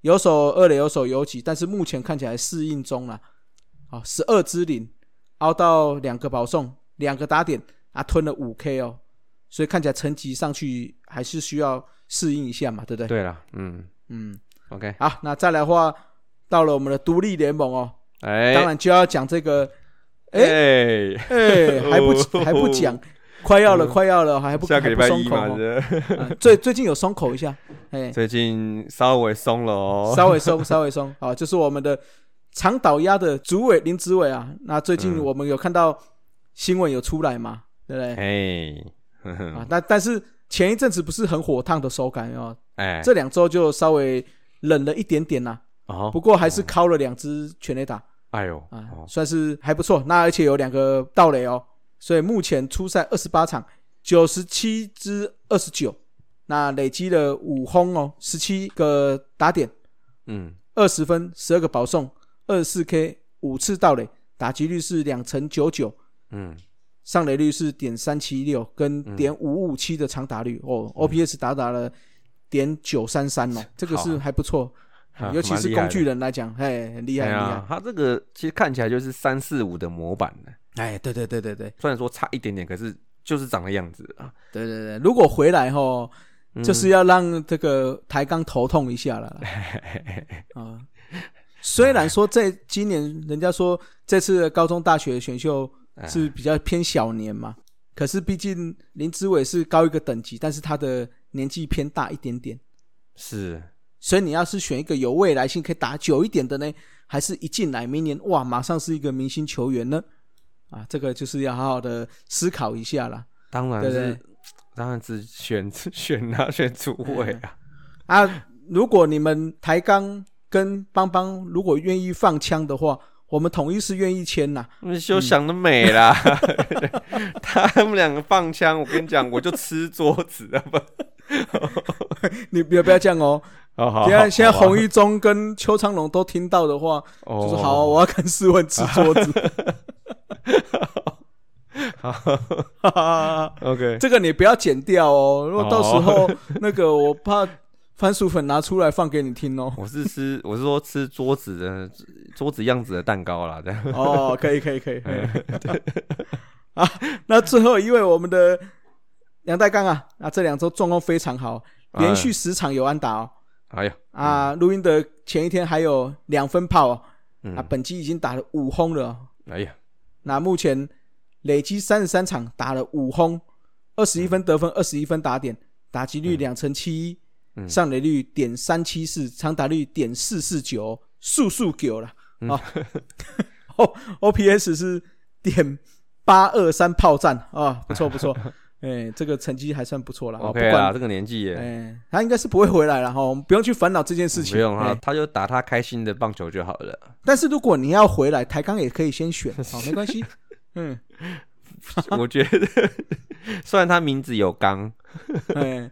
B: 有手二垒，有手游击，但是目前看起来适应中了。好，十二支零，凹到两个保送，两个打点啊，吞了五 K 哦，所以看起来成绩上去还是需要适应一下嘛，对不对？
E: 对了，嗯
B: 嗯，
E: ，OK，
B: 好，那再来的话，到了我们的独立联盟哦，
E: 哎，
B: 当然就要讲这 个，哎、
E: 哎，
B: 哎、还 不还不讲，快要了，快要了，还不
E: 下个
B: 还
E: 礼
B: 不
E: 拜
B: 松
E: 一
B: 口
E: 嘛，
B: 哦、
E: 这
B: 啊最最近有松口一下， 哎、
E: 最近稍微松了哦。
B: 稍微松， 稍微松。好，就是我们的长岛鸭的主委林子伟啊。那最近
E: 嗯
B: 我们有看到新闻有出来嘛，对不对？
E: 哎，呵
B: 啊
E: 呵，
B: 但但是前一阵子不是很火烫的手感哦，
E: 哎，
B: 这两周就稍微冷了一点点啦、
E: 哦
B: 不，过还是敲了两支全垒打
E: 哎呦，
B: 啊，
E: 哦，
B: 算是还不错。那而且有两个盗垒哦，所以目前初赛二十八场，九十七支二十九，那累积了五轰哦，十七个打点，
E: 嗯，
B: 二十分，十二个保送，二十四 K，五次盗垒，打击率是两成九九，
E: 嗯，
B: 上垒率是点三七六跟
E: 嗯
B: 点五五七的长打率哦，OPS 达达了点九三三哦，这个是还不错，
E: 哈
B: 尤其
E: 啊蛮
B: 是
E: 厉害
B: 工
E: 的
B: 具人来讲，哎，很厉害
E: 哎
B: 很厉害，，
E: 呀他这个其实看起来就是三四五的模板呢，
B: 哎，对对对对对
E: 虽然说差一点点，可是就是长那样子啊，
B: 对对对，如果回来吼，
E: 嗯
B: 就是要让这个抬杠头痛一下了啦 啊。虽然说在今年，人家说这次的高中大学选秀
E: 哎
B: 是比较偏小年嘛，可是毕竟林志伟是高一个等级，但是他的年纪偏大一点点，
E: 是
B: 所以你要是选一个有未来性可以打久一点的呢，还是一进来明年哇马上是一个明星球员呢？啊，这个就是要好好的思考一下啦。
E: 当然
B: 对不
E: 啊是
B: 对，
E: 当然只选 选啊，选主委啊，
B: 啊，如果你们台钢跟邦邦如果愿意放枪的话，我们统一是愿意签呐、
E: 你休想的美啦！ 他们两个放枪，我跟你讲，我就吃桌子啊不！
B: 你不要不要这样哦。
E: 好 好哦
B: 现在现在洪一中跟邱昌龙都听到的话，就
E: 就是
B: 好，啊我要看斯文吃桌子。
E: 好，OK，
B: 这个你不要剪掉哦，如果到时候那个我怕番薯粉拿出来放给你听 哦。
E: 我是吃，我是说吃桌子的桌子样子的蛋糕啦，这样。
B: 哦，可以可以可以。可以 啊，那最后一位我们的梁代刚啊，啊这两周状况非常好，连续十场有安打哦。
E: 哎呀，
B: 啊，录音的前一天还有两分炮哦，
E: 嗯
B: 啊，，本季已经打了五轰了哦、
E: 哎呀，
B: 那目前累积三十三场打了五轰，二十一分得分，二十一分打点，打击率两成七一、
E: 嗯
B: 上垒率点三七四，长打率点四四九，速速九了
E: 嗯
B: 啊。哦，OPS 是点八二三炮战啊，不错不 错，哎、这个成绩还算不错了。啊
E: OK
B: 不
E: 啦，
B: 管
E: 这个年纪
B: 哎、
E: 耶，
B: 他应该是不会回来了哈，我们不用去烦恼这件事情。
E: 不用啊
B: 哎
E: 啦，他就打他开心的棒球就好了。
B: 但是如果你要回来，台钢也可以先选，好，没关系。嗯，
E: 我觉得，虽然他名字有刚，
B: 哎，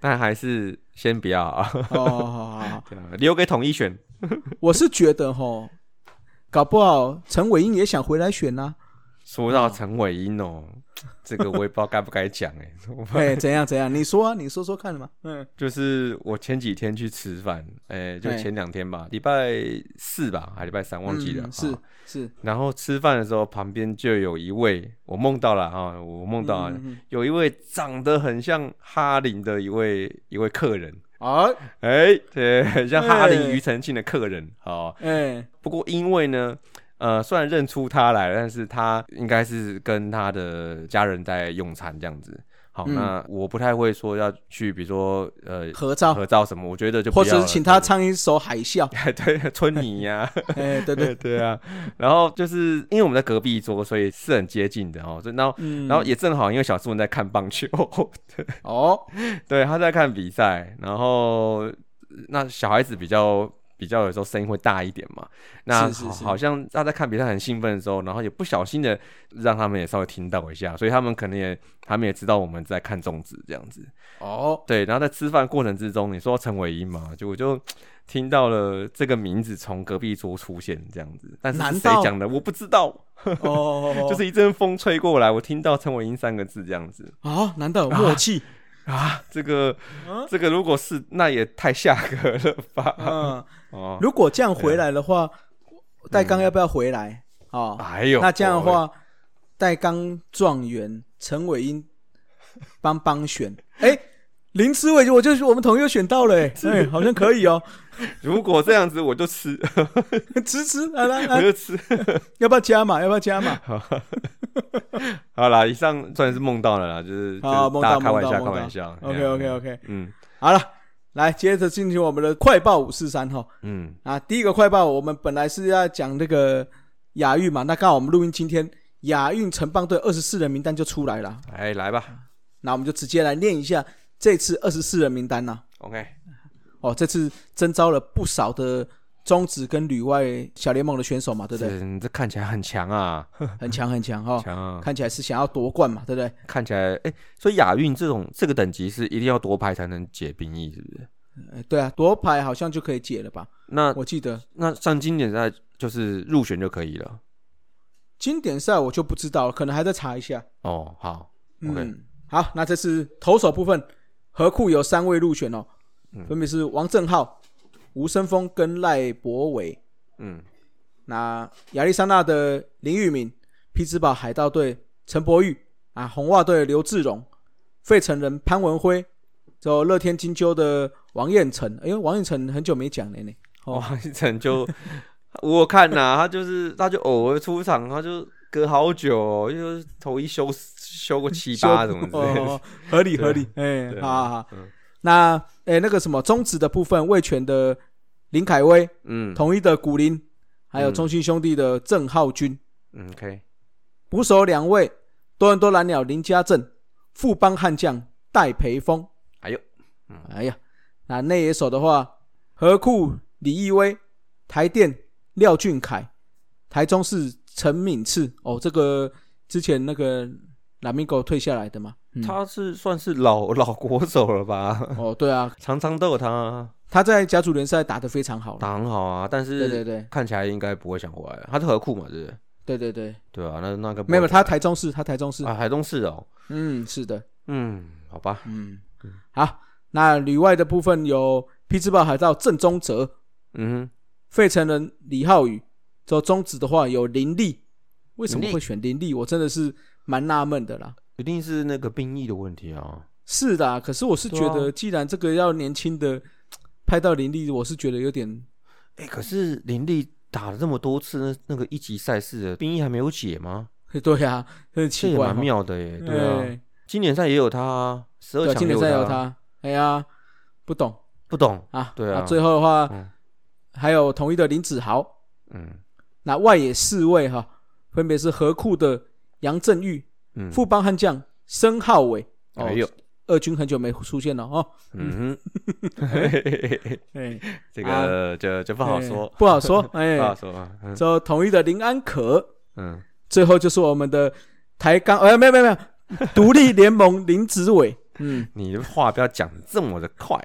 E: 但还是先不要 啊，
B: 哦，好好好好，
E: 留给统一选。
B: 我是觉得哈，搞不好陈伟英也想回来选啊呐、
E: 说到陈伟英哦，这个我也不知道该不该讲哎，我
B: 哎、怎样怎样？你说啊，你说说看嘛。嗯，
E: 就是我前几天去吃饭，哎、就
B: 哎
E: 前两天吧，礼拜四吧，还礼拜三忘记了。
B: 嗯是
E: 啊
B: 是，
E: 然后吃饭的时候，旁边就有一位，我梦到了啊，我梦到了、
B: 嗯嗯嗯
E: 有一位长得很像哈林的一位一位客人，
B: 啊，
E: 哎、 对，很像哈
B: 哎
E: 林庾澄庆的客人。好、
B: 哎、
E: 不过因为呢，呃，虽然认出他来，但是他应该是跟他的家人在用餐这样子。好，
B: 嗯
E: 那我不太会说要去，比如说呃
B: 合照，
E: 合照什么，我觉得就不
B: 或
E: 要
B: 者
E: 了。
B: 是请他，唱一首《海啸》
E: 对，村泥呀、
B: 哎、 对对
E: 对 对啊。然后就是因为我们在隔壁桌，所以是很接近的哦。所以然后、
B: 嗯
E: 然后也正好因为小苏文在看棒球，
B: 哦，
E: 对，他在看比赛，然后那小孩子比较。比较有时候声音会大一点嘛，那
B: 是是
E: 好
B: 是
E: 好像他在看比赛很兴奋的时候，然后也不小心的让他们也稍微听到一下，所以他们可能也他们也知道我们在看种子这样子。
B: 哦，
E: 对，然后在吃饭过程之中，你说陈伟英嘛，就我就听到了这个名字从隔壁桌出现这样子，但是
B: 难
E: 是谁
B: 道
E: 讲的我不知道，
B: 哦，
E: 就是一阵风吹过来，我听到陈伟英三个字这样子
B: 哦，难道有默契？
E: 啊，这个、 这个如果是那也太下 格了吧？
B: 嗯，
E: 哦，
B: 如果这样回来的话，戴刚要不要回来？哦，
E: 哎呦，
B: 那这样的话，戴刚状元，陈伟英帮帮选，哎、林思伟，我就是我们同又选到 了、哎，哎、好像可以哦，
E: 如果这样子我就吃，
B: 吃吃，来来
E: 我
B: 来，
E: 就吃。
B: 要不要加码？要不要加码？
E: 好啦，以上算是梦到了啦，就是
B: 好，
E: 就是
B: 梦
E: 大家
B: 到
E: 开
B: 梦
E: 玩
B: 到
E: 笑，
B: 梦
E: 开
B: 到
E: 玩笑。
B: OK
E: 哎
B: OK OK，
E: 嗯
B: 好了，来接着进行我们的快报五四三哈
E: 嗯，
B: 啊，第一个快报，我们本来是要讲那个亚运嘛，那刚好我们录音今天亚运城棒队二十四人名单就出来了。
E: 哎，来吧，
B: 那我们就直接来念一下这次二十四人名单呐、
E: OK，
B: 哦，这次征召了不少的中职跟旅外小联盟的选手嘛，对不对？
E: 这你这看起来很强啊，
B: 很强很强哈、
E: 强啊，
B: 看起来是想要夺冠嘛，对不对？
E: 看起来哎、所以亚运这种这个等级是一定要夺牌才能解兵役，是不是？
B: 呃对啊，夺牌好像就可以解了吧？
E: 那
B: 我记得
E: 那像经典赛就是入选就可以了。
B: 经典赛我就不知道了，可能还在查一下。
E: 哦，好，
B: 嗯
E: OK
B: 好，那这是投手部分，何库有三位入选哦，
E: 嗯
B: 分别是王正浩、吴森峰跟赖博伟。
E: 嗯，
B: 那亚利桑那的林玉敏、匹兹堡海盗队陈柏宇啊，红袜队刘志荣、费城人潘文辉，之后乐天金鹫的王彦辰，哎呦，王彦辰很久没讲了呢。哦
E: 王一晨就我有看呐、他就是他就偶尔出场，他就隔好久、哦，就是头一休休个七八什么之类的
B: 哦，合理
E: 对啊
B: 合理，哎、
E: 对啊
B: 好好好。
E: 嗯
B: 那哎、那个什么中职的部分，味全的林凯威，
E: 嗯
B: 统一的古林，还有
E: 嗯
B: 中信兄弟的郑浩君，
E: 嗯，OK，
B: 捕手两位，多伦多蓝鸟林家正，富邦悍将戴培峰。
E: 哎呦，
B: 哎呀，那内野手的话，何库、李义威、台电廖俊凯、台中市陈敏次。哦，这个之前那个拉米狗退下来的嘛。嗯、
E: 他是算是老 老国手了吧？
B: 哦，对啊，
E: 常常都有他啊
B: 他在甲组联赛打得非常好。
E: 打很好啊，但
B: 哦对对
E: 是
B: 对
E: 看起来应该不会想回来。他是何库嘛，对不对？
B: 对对对，
E: 对啊，那那个不
B: 没有
E: 会
B: 他
E: 回
B: 台中市，他台中市。
E: 来啊，海东市哦，
B: 嗯，是的。
E: 嗯，好吧，
B: 嗯，好，那旅外的部分有呃匹兹堡海盗郑宗哲、
E: 嗯
B: 费城人李浩宇，之后中职的话有林立，为什么
E: 林立
B: 会选林立？我真的是蛮纳闷的啦。
E: 哼，一定是那个兵役的问题啊。
B: 是的啊、可是我是
E: 对
B: 觉
E: 啊
B: 得，既然这个要年轻的拍到林立，我是觉得有点
E: 哎、可是林立打了这么多次那那个一级赛事的兵役还没有解吗？
B: 对啊，很
E: 这
B: 奇
E: 也
B: 怪
E: 蛮
B: 哦。
E: 妙的耶。对啊，
B: 哎
E: 今年赛也有他啊，十二
B: 对啊，
E: 强
B: 今年
E: 也
B: 赛有
E: 他啊，
B: 他，哎呀，不懂
E: 不懂。
B: 啊。
E: 对啊
B: 最后的话、
E: 嗯
B: 还有同一的林子豪，
E: 嗯
B: 那外野四位哈，分别是河库的杨振玉、
E: 嗯，哎
B: 富邦悍将申浩伟。哦
E: 还有，，
B: 二军很久没出现了哦。
E: 嗯哼，嘿嘿嘿嘿
B: 哎，
E: 这个呃就就不好说，
B: 不好 说。
E: 不好
B: 哎，
E: 说啊。嗯
B: 之后统一的林安可，
E: 嗯，
B: 最后就是我们的台钢，呃，没有没有没有，独立联盟林子伟。嗯，
E: 你的话不要讲得这么的快，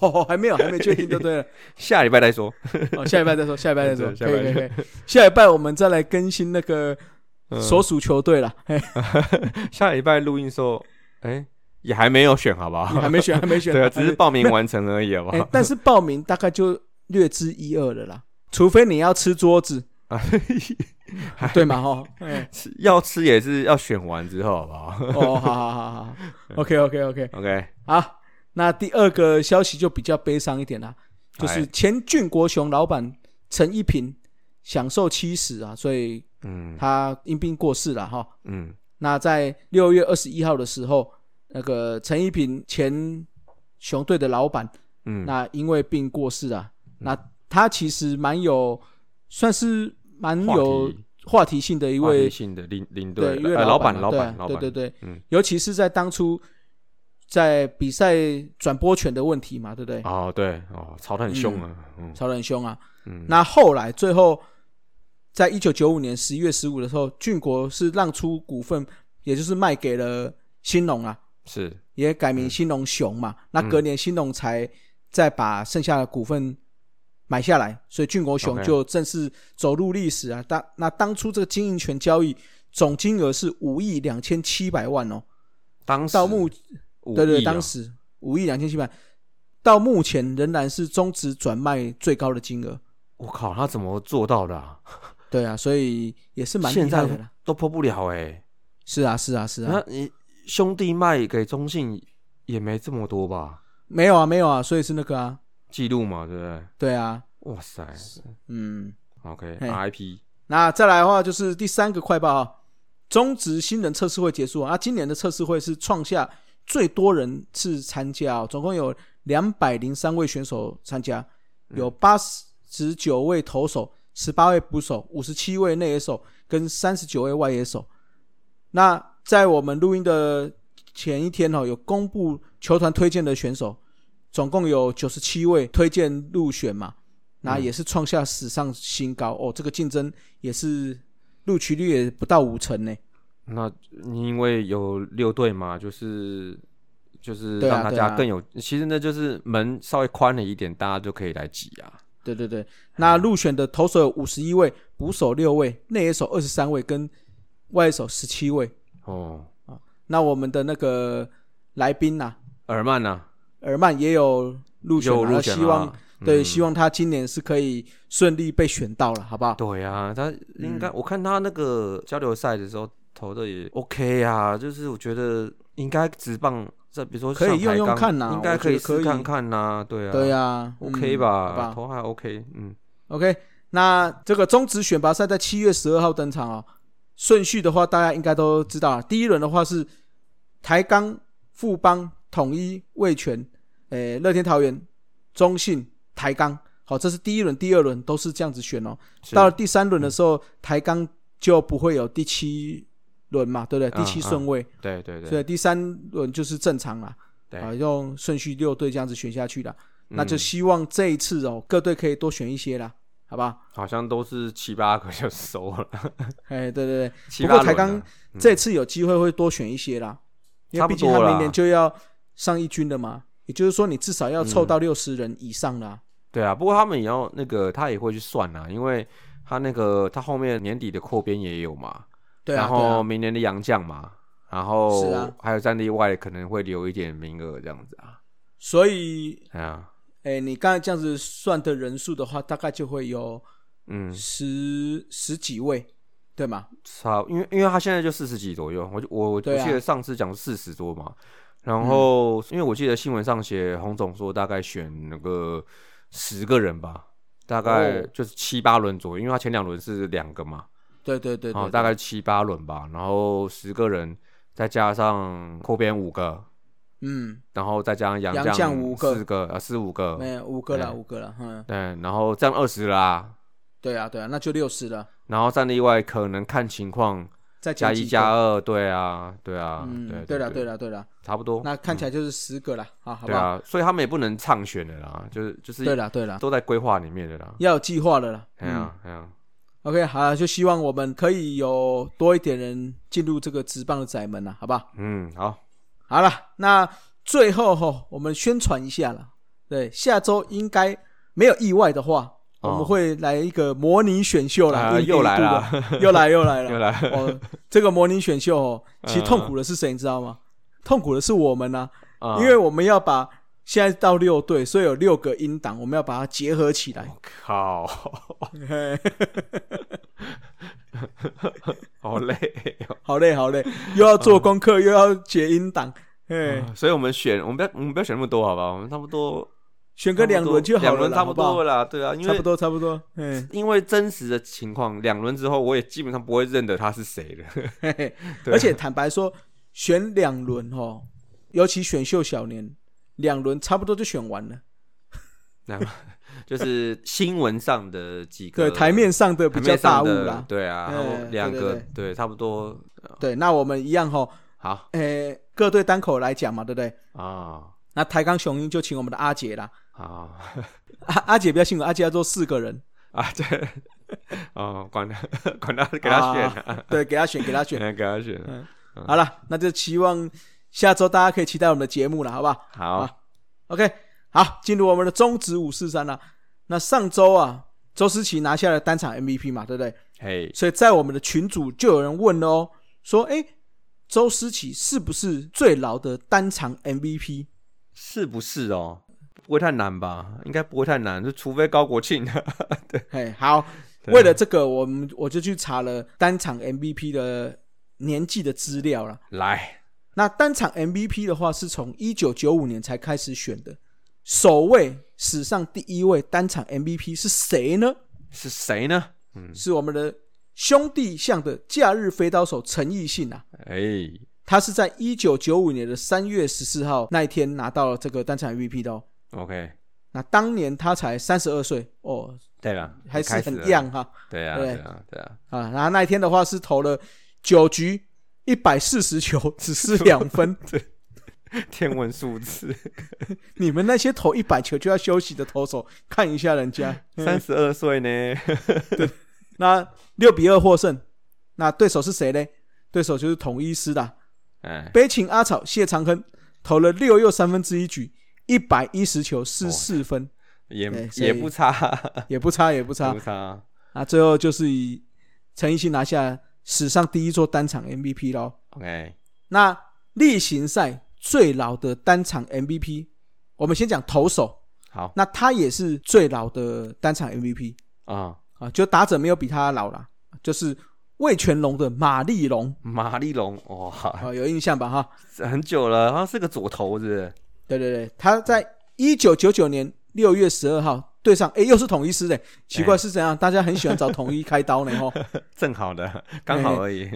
B: 哦，还没有，还没确定就 对了。
E: 下礼拜再说。
B: 哦，下礼拜再说，下礼拜再说，
E: 对下
B: 可
E: 礼
B: 以可
E: 拜
B: 以可以。下礼拜我们再来更新那个
E: 嗯
B: 所属球队了。嘿，
E: 下礼拜录音的时候，哎、也还没有选，好不好？
B: 你还没选，还没选。
E: 对啊，
B: 还
E: 只
B: 没
E: 是报名完成而已，好不
B: 哎、
E: 好？
B: 但是报名大概就略知一二 了啦，除非你要吃桌子，
E: 啊，
B: 对嘛？哈，哎
E: 吃 要吃也是要选完之后，好不好
B: 哦，好好好好好，OK
E: 哎
B: OK OK，
E: ？OK，
B: 好，那第二个消息就比较悲伤一点啦，就是
E: 哎
B: 前俊国雄老板陈一平享受七十啊，所以
E: 嗯
B: 他因病过世了哈。
E: 嗯
B: 那在六月二十一号的时候，那个陈一平前熊队的老板
E: 嗯，
B: 那因为病过世啊，那他其实蛮有，算是蛮
E: 话
B: 有
E: 题
B: 话题性的一
E: 话题
B: 位
E: 性的领领
B: 对
E: 队，
B: 一位
E: 呃，老板
B: 啊
E: 老
B: 对
E: 板
B: 啊
E: 老
B: 对
E: 板，
B: 对对，
E: 嗯
B: 尤其是在当初在比赛转播权的问题嘛，对不对？
E: 哦对哦，吵得很凶啊，嗯
B: 吵得很凶啊。
E: 嗯，
B: 那后来最后，在一九九五年十一月十五的时候，俊国是让出股份，也就是卖给了兴隆啊，
E: 是
B: 也改名兴隆熊嘛。
E: 嗯
B: 那隔年兴隆才再把剩下的股份买下来，所以俊国熊
E: OK
B: 就正式走入历史啊。当那当初这个经营权交易总金额是五亿两千七百万哦，
E: 当时
B: 到目
E: 五
B: 对对，
E: 亿啊
B: 当时五亿两千七百，到目前仍然是中职转卖最高的金额。
E: 我靠，他怎么做到的啊？
B: 对啊，所以也是蛮
E: 现
B: 厉害
E: 在
B: 的啦。
E: 都破不了哎，
B: 是啊，是啊，是啊
E: 那，你兄弟卖给中信也没这么多吧？
B: 没有啊，没有啊，所以是那个啊，
E: 记录嘛，对不对？
B: 对啊，
E: 哇塞
B: 嗯。嘿
E: ，OK，RIP，
B: 那再来的话就是第三个快报啊，中职新人测试会结束啊，那今年的测试会是创下最多人次参加、哦，总共有两百零三位选手参加，有八十九位投手、十八位捕手、五十七位内野手跟三十九位外野手。那在我们录音的前一天哦有公布球团推荐的选手，总共有九十七位推荐入选嘛，那也是创下史上新高哦。这个竞争也是录取率也不到五成呢。
E: 那因为有六队嘛，就是就是
B: 对啊
E: 让大
B: 对
E: 家
B: 啊
E: 更有，其实那就是门稍微宽了一点，大家就可以来挤啊。
B: 对对对，那入选的投手有五十一位，捕手六位，内野手二十三位，跟外野手十七位。
E: 哦，
B: 那我们的那个来宾呐、
E: 尔曼呢、啊，
B: 尔曼也有入选啊，
E: 有入选
B: 那希望
E: 啊
B: 对，希望他今年是可以顺利被选到了，好不好？
E: 对啊，他应
B: 嗯
E: 该、我看他那个交流赛的时候投的也 OK 啊，就是我觉得应该直棒这比如说
B: 可以用
E: 像台
B: 用
E: 钢
B: 看呐
E: 应
B: 我
E: 该
B: 觉
E: 可以
B: 得可
E: 试
B: 以
E: 看看呐、对啊，
B: 对啊嗯
E: ，OK
B: 好
E: 吧，
B: 吧
E: 投还 OK，嗯，
B: ？OK，那这个中职选拔赛在七月十二号登场哦。顺序的话，大家应该都知道了。第一轮的话是台钢、富邦、统一、味全、诶乐天桃园、中信、台钢。好，这是第一轮、第二轮都是这样子选哦。
E: 是
B: 到了第三轮的时候，台钢就不会有第七轮嘛，对不对？第七
E: 嗯嗯
B: 顺位。
E: 对对
B: 所
E: 对，
B: 以第三轮就是正常啦，
E: 对
B: 啊，用顺序六队这样子选下去的，那就
E: 嗯
B: 希望这一次哦，各队可以多选一些啦，好吧？
E: 好像都是七八个就收了，
B: 哎，对对对，
E: 七
B: 不
E: 八
B: 过台
E: 轮
B: 钢
E: 啊嗯
B: 这次有机会会多选一些啦，因为
E: 差
B: 毕
E: 不
B: 竟
E: 多啦
B: 他明年就要上一军了嘛，也就是说你至少要凑
E: 嗯
B: 到六十人以上啦。
E: 对啊，不过他们也要那个，他也会去算啊，因为他那个他后面年底的扩编也有嘛，
B: 对啊，
E: 然
B: 对
E: 后
B: 啊，
E: 明年的洋将嘛，然
B: 是
E: 后
B: 啊
E: 还有战例外可能会留一点名额这样子啊，
B: 所以
E: 哎呀，
B: 哎，你刚才这样子算的人数的话，大概就会有
E: 嗯，
B: 十十几位，对吗？
E: 差，因为因为他现在就四十几左右，我就我我
B: 对啊嗯
E: 记得上次讲四十多嘛，然后、因为我记得新闻上写洪总说大概选那个十个人吧，大概
B: 哦
E: 就是七八轮左右，因为他前两轮是两个嘛，
B: 对对对对
E: 哦，
B: 对
E: 大概七八轮吧，然后十个人，再加上扩编五个，
B: 嗯，
E: 然后再加上洋
B: 洋将五个
E: 四个，呃，四五个，
B: 没有五个啦，
E: 哎
B: 五个啦，嗯，
E: 对，然后这样二十啦，
B: 对啊，对啊，那就六十了。
E: 然后战例外可能看情况
B: 再
E: 加
B: 减
E: 一
B: 几
E: 加
B: 个，
E: 二，对啊，对啊，
B: 嗯，
E: 对
B: 对了对
E: 对，
B: 了对了，
E: 差不多，
B: 那看起来就是十个了，好，好
E: 对
B: 不好？
E: 啊，所以他们也不能畅选的啦，就是就是
B: 对了对了，
E: 都在规划里面的啦，
B: 要有计划的了。
E: 啊
B: 嗯
E: 哎呀哎呀，
B: OK，好啦，就希望我们可以有多一点人进入这个职棒的窄门啊了，好不好？
E: 嗯，好，
B: 好了，那最后哈，我们宣传一下了。对，下周应该没有意外的话，我
E: 哦
B: 们会来一个模拟选秀啦，
E: 啊
B: 一年一
E: 又来
B: 度
E: 啦
B: 的，又来又来了，
E: 又来
B: 哦，这个模拟选秀哦，其实
E: 嗯
B: 痛苦的是谁，你知道吗？痛苦的是我们呐、
E: 啊
B: 因为我们要把现在到六队，所以有六个音档，我们要把它结合起
E: 哦
B: 来。
E: 靠，
B: 嘿
E: 好累哦，
B: 好累，好累，又要做功课，又要解音档，嘿，
E: 哦所以我们选，我们不要我们不要选那么多，好吧，我们差不多
B: 选个两轮就好
E: 两
B: 了
E: 轮
B: 啦，
E: 差不
B: 好不
E: 多
B: 好
E: 了啦，对啊，因
B: 差
E: 为
B: 不多，差不多，嗯，
E: 因为真实的情况，两轮之后我也基本上不会认得他是谁了。
B: 嘿嘿。
E: 对啊
B: 而且坦白说，选两轮哦，尤其选秀小年，两轮差不多就选完了。
E: 那就是新闻上的几个
B: 对，台面上的
E: 台
B: 比较
E: 面
B: 大
E: 上
B: 物
E: 的
B: 啦。
E: 对啊，然
B: 哎
E: 后两
B: 对
E: 个
B: 对
E: 对差不多
B: 对，那我们一样哈，
E: 好
B: 诶，各队单口来讲嘛，对不对？
E: 啊
B: 那台钢雄鹰就请我们的阿杰啦，
E: 啊
B: 阿阿姐比较辛苦，阿姐要做四个人，
E: 啊 对哦，管他 管他给他选啊，
B: 对，给他选，给他 选。嗯
E: 给他选啊，
B: 好了，那就期望下周大家可以期待我们的节目了，好不好
E: 好
B: ？OK，好，进入我们的中职五四三了。那上周啊，周思琪拿下了单场 MVP 嘛，对不对？
E: 嘿
B: 所以在我们的群组就有人问了哦，说诶，周思琪是不是最老的单场 MVP？
E: 是不是哦？不会太难吧？应该不会太难，就除非高国庆
B: 嘿，好，
E: 对
B: 为了这个，我们我就去查了单场 MVP 的年纪的资料了。
E: 来
B: 那单场 MVP 的话，是从一九九五年才开始选的，首位史上第一位单场 MVP 是谁呢？
E: 是谁呢？
B: 是我们的兄弟象的假日飞刀手陈奕迅啊，
E: 哎
B: 他是在一九九五年的三月十四号那一天拿到了这个单场 MVP 的哦。
E: ，OK，
B: 那当年他才三十二岁哦，
E: 对了，
B: 还是
E: 开始
B: 很
E: 了
B: young 哈
E: 对啊，
B: 对
E: 对啊，对啊，
B: 啊。然后那一天的话是投了九局一百四十球只失两 分，
E: 天文数字，
B: 你们那些投一百球就要休息的投手，看一下人家。
E: 三十二岁呢，
B: 那六比二获胜，那对手是谁呢？对手就是统一师的
E: 哎，
B: 悲情阿草谢长亨，投了六又三分之一局，一百一十球失四分，
E: 也
B: 对所以
E: 也 不差，
B: 也不差，也不差
E: 不。差，
B: 啊，最后就是以陈奕迅拿下史上第一座单场 MVP 喽。
E: OK，
B: 那例行赛最老的单场 MVP，我们先讲投手。
E: 好
B: 那他也是最老的单场 MVP
E: 啊，
B: 啊，就打者没有比他老啦，就是魏全龙的马丽龙
E: 马丽龙，哇，
B: 啊，有印象吧？哈，
E: 很久了，好像是个左投是不是？
B: 对对对，他在一九九九年六月十二号对上，哎，又是统一师的，奇怪
E: 哎
B: 是怎样？大家很喜欢找统一开刀呢，吼。
E: 正好的，刚好而已。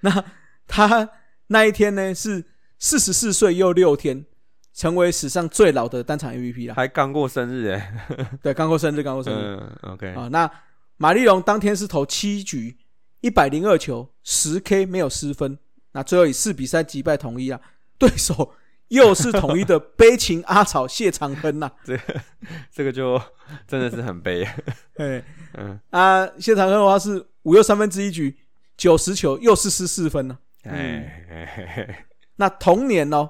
B: 那他那一天呢是四十四岁又六天，成为史上最老的单场 MVP 啦。
E: 还刚过生日哎，
B: 对，刚过生日，刚过生日。
E: 嗯，OK，
B: 啊，那马丽龙当天是投七局，一百零二球，十 K 没有失分，那最后以四比三击败统一啊，对手又是统一的悲情阿草谢长亨呐、
E: 这个就真的是很 悲，
B: 哎，
E: 嗯
B: 啊，谢长亨的话是五又三分之一局，九十球又是失四分呢、
E: 哎哎，
B: 那同年哦，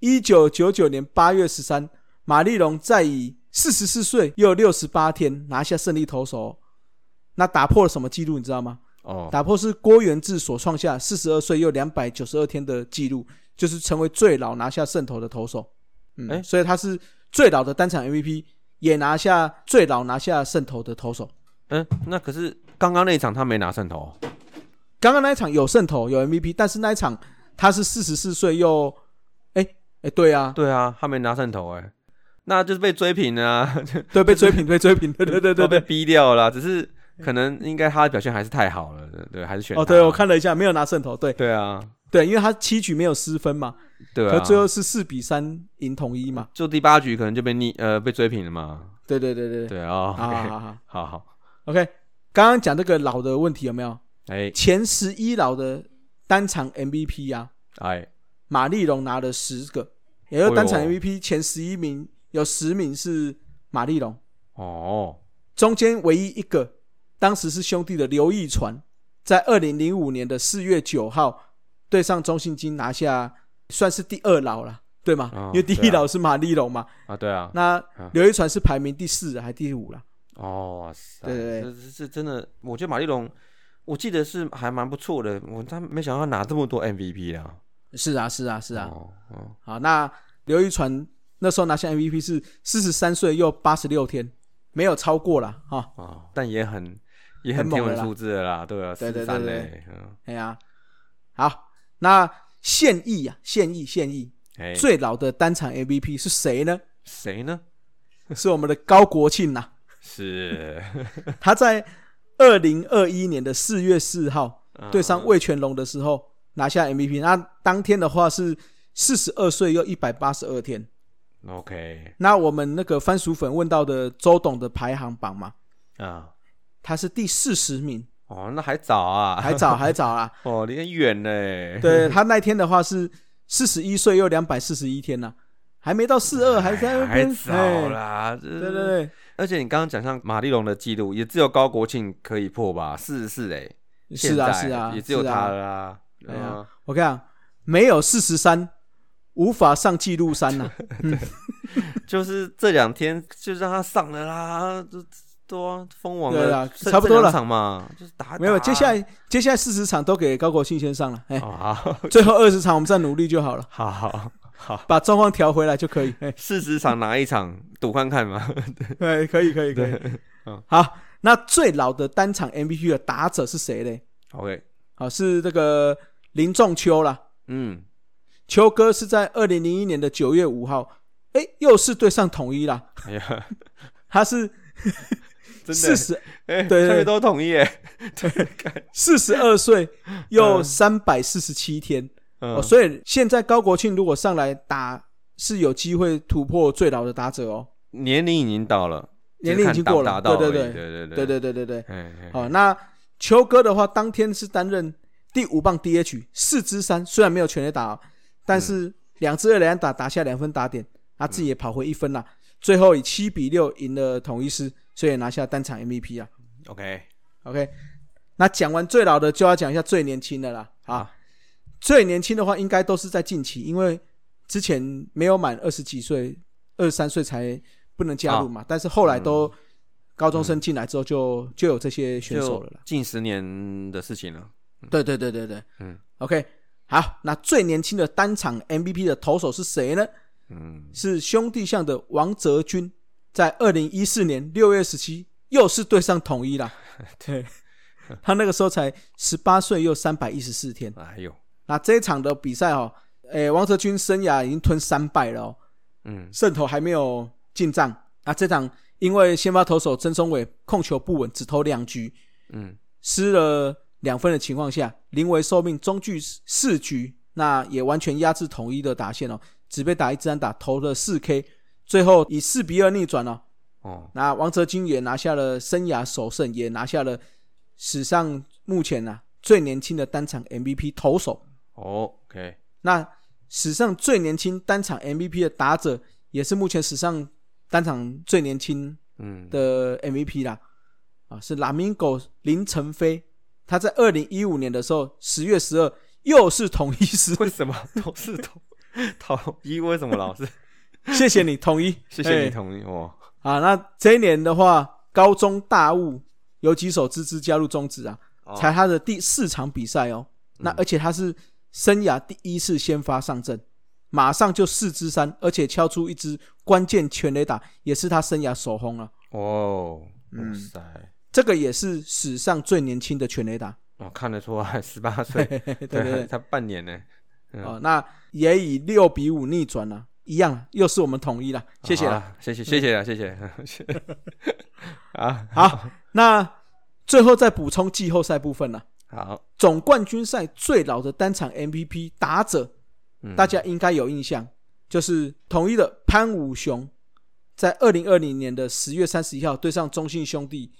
B: 一九九九年八月十三，马丽龙再以四十四岁又六十八天拿下胜利投手哦、那打破了什么记录？你知道吗？
E: 哦，
B: 打破是郭元志所创下四十二岁又两百九十二天的记录，就是成为最老拿下胜投的投手。嗯，
E: 哎
B: 所以他是最老的单场 MVP，也拿下最老拿下胜投的投手。
E: 嗯，那可是刚刚那一场他没拿胜投，
B: 刚刚那一场有胜投有 MVP，但是那一场他是四十四岁又，哎、哎、对啊，
E: 对啊，他没拿胜投哎，那就是被追平了啊，
B: 对，被追平，被追平，对对对对
E: 都被
B: 对。
E: 逼掉了啦，只是可能应该他的表现还是太好了，对，还是选
B: 哦，
E: 他
B: 对，我，看了一下，没有拿胜投，对
E: 对啊，
B: 对，因为他七局没有失分嘛，
E: 对
B: 可
E: 啊，
B: 最后是四比三赢统一嘛，
E: 就第八局可能就被逆呃被追平了嘛，
B: 对对对对对，
E: 对啊
B: 好好
E: OK，
B: 好好
E: 好好，
B: ，OK，刚刚讲这个老的问题有没有？
E: 哎
B: 前十一老的单场 MVP 啊，
E: 哎，
B: 马丽龙拿了十个，也就是单场
E: 哎呦
B: MVP 前十一名有十名是马丽龙，
E: 哦，
B: 中间唯一一个当时是兄弟的刘义传，在二零零五年的四月九号对上中信金拿下算是第二老了，对吗？
E: 哦
B: 因为第一老是马丽龙嘛，
E: 啊对啊，
B: 那
E: 啊
B: 刘义传是排名第四还第五了，
E: 哦，哇塞，
B: 对对对
E: 这这这真的，我觉得马丽龙，我记得是还蛮不错的，我他没想到拿这么多 MVP 啊，
B: 是啊是啊是啊，
E: 哦，哦
B: 好，那刘一传那时候拿下 MVP 是四十三岁又八十六天，没有超过啦。哈、
E: 哦，但也很也
B: 很
E: 很
B: 猛
E: 天文
B: 了啦
E: 数字了啦，对啊，
B: 对对对
E: 43
B: 对
E: 嘞，嗯，
B: 哎呀、好，那现役啊，现役现役
E: 哎，
B: 最老的单场 MVP 是谁呢？
E: 谁呢？
B: 是我们的高国庆啊呐、
E: 是
B: 他在二零二一年的四月四号
E: 啊嗯
B: 对上魏全龙的时候拿下 MVP，那当天的话是四十二岁又一百八十二天。
E: OK
B: 那我们那个番薯粉问到的周董的排行榜嘛，
E: 啊，
B: 他是第四十名，
E: 哦，那还早啊，
B: 还早还早啦。
E: 哦，离很远嘞，
B: 对他那天的话是四十一岁又两百四十一天呐、还没到四二，还在那
E: 哎还
B: 边
E: 早。
B: 哎
E: 啦，
B: 对
E: 对
B: 对，对，
E: 而且你刚刚讲像马丽龙的记录，也只有高国庆可以破吧，四十四哎，
B: 是啊
E: 现在
B: 是啊，
E: 也只有
B: 是
E: 他
B: 啊。
E: 了啦，
B: 哎
E: 对
B: 呀
E: 啊。
B: 我跟你讲，没有四十三，无法上记录山呐、
E: 就是这两天就让他上了啦，这多啊，封王
B: 对
E: 了
B: 啦，
E: 剩
B: 差不多了
E: 剩两场嘛，就是啊打
B: 没有，接下
E: 来
B: 来接下来四十场都给高国庆先上了。哎，
E: 哦，好
B: 最后二十场我们再努力就好了，
E: 好好好，
B: 把状况调回来就可以。哎，
E: 四十场哪一场赌看看嘛？
B: 对，可以可以可以。
E: 嗯
B: 好，那最老的单场 MVP 的打者是谁嘞？
E: ，OK，
B: 好，是这个林仲秋啦。
E: 嗯，
B: 球哥是在二零零一年的九月五号，哎，又是对上统一啦。
E: 哎呀，
B: 他是
E: 真
B: 四
E: 的，
B: 十
E: 哎，
B: 对
E: 这个都同意 耶，
B: 四十二岁又
E: 嗯
B: 三百四十七天、
E: 嗯
B: 哦，所以现在高国庆如果上来打，是有机会突破最老的打者哦，
E: 年龄已经到了，
B: 年龄已经过
E: 只是
B: 了，
E: 看打不打到
B: 对
E: 而已
B: 对对哦
E: 对对对，
B: 对对对对。
E: 哎，哎
B: 好、那球哥的话，当天是担任第五棒 DH 四支三，虽然没有全垒打、哦，但
E: 嗯
B: 是两支二垒安打打下两分打点，他自己也跑回一分啦、
E: 嗯
B: 最后以七比六赢了统一师，所以也拿下单场 MVP 啊。
A: OK，
B: OK，那讲完最老的，就要讲一下最年轻的啦。啊，最年轻的话应该都是在近期，因为之前没有满二十几岁，二十三岁才不能加入嘛。但是后来都高中生进来之后就，就、有这些选手了啦。
A: 近十年的事情了。
B: 对对对对对，
A: 嗯
B: ，OK，好，那最年轻的单场 MVP 的投手是谁呢？
A: 嗯，
B: 是兄弟象的王哲君，在二零一四年六月十七又是对上统一啦。对， 他那个时候才十八岁又三百一十四天。
A: 哎呦，
B: 那这一场的比赛哦，诶，王哲君生涯已经吞三败了、哦，
A: 嗯
B: 胜投还没有进账。那这场因为先发投手曾宗伟控球不稳，只投两局，
A: 嗯
B: 失了两分的情况下，临危受命，中距四局，那也完全压制统一的打线哦，只被打一支安打，投了四 K，最后以四比二逆转哦。
A: 哦，
B: 那王哲金也拿下了生涯首胜，也拿下了史上目前啊最年轻的单场 MVP 投手。
A: 哦，OK，
B: 那史上最年轻单场 MVP 的打者，也是目前史上单场最年轻
A: 嗯，
B: 的 MVP 啦，啊，是拉米狗林晨飞，他在二零一五年的时候，十月十二又是统一师，
A: 为什么都是统统一？为什么老 是？
B: 谢谢你统一，
A: 谢谢你
B: 哎
A: 统一哦，
B: 啊。那这一年的话，高中大雾有几手之之加入中职啊，
A: 哦嗯
B: 才他的第四场比赛哦，那而且他是生涯第一次先发上阵。马上就四支三，而且敲出一支关键全垒打，也是他生涯首轰了、
A: 哦，
B: 嗯
A: 哇塞，
B: 这个也是史上最年轻的全垒打。
A: 我看得出 来，十八岁，
B: 嘿嘿嘿对对对，
A: 才半年呢。嗯
B: 哦，那也以六比五逆转了、一样啦，又是我们统一了，谢谢
A: 好
B: 了。
A: 啊，谢谢，谢谢了，谢谢。 啊，
B: 好，那最后再补充季后赛部分了。
A: 好，
B: 总冠军赛最老的单场 MVP 打者，
A: 嗯
B: 大家应该有印象，就是统一的潘武雄，在二零二零年的十月三十一号对上中信兄弟，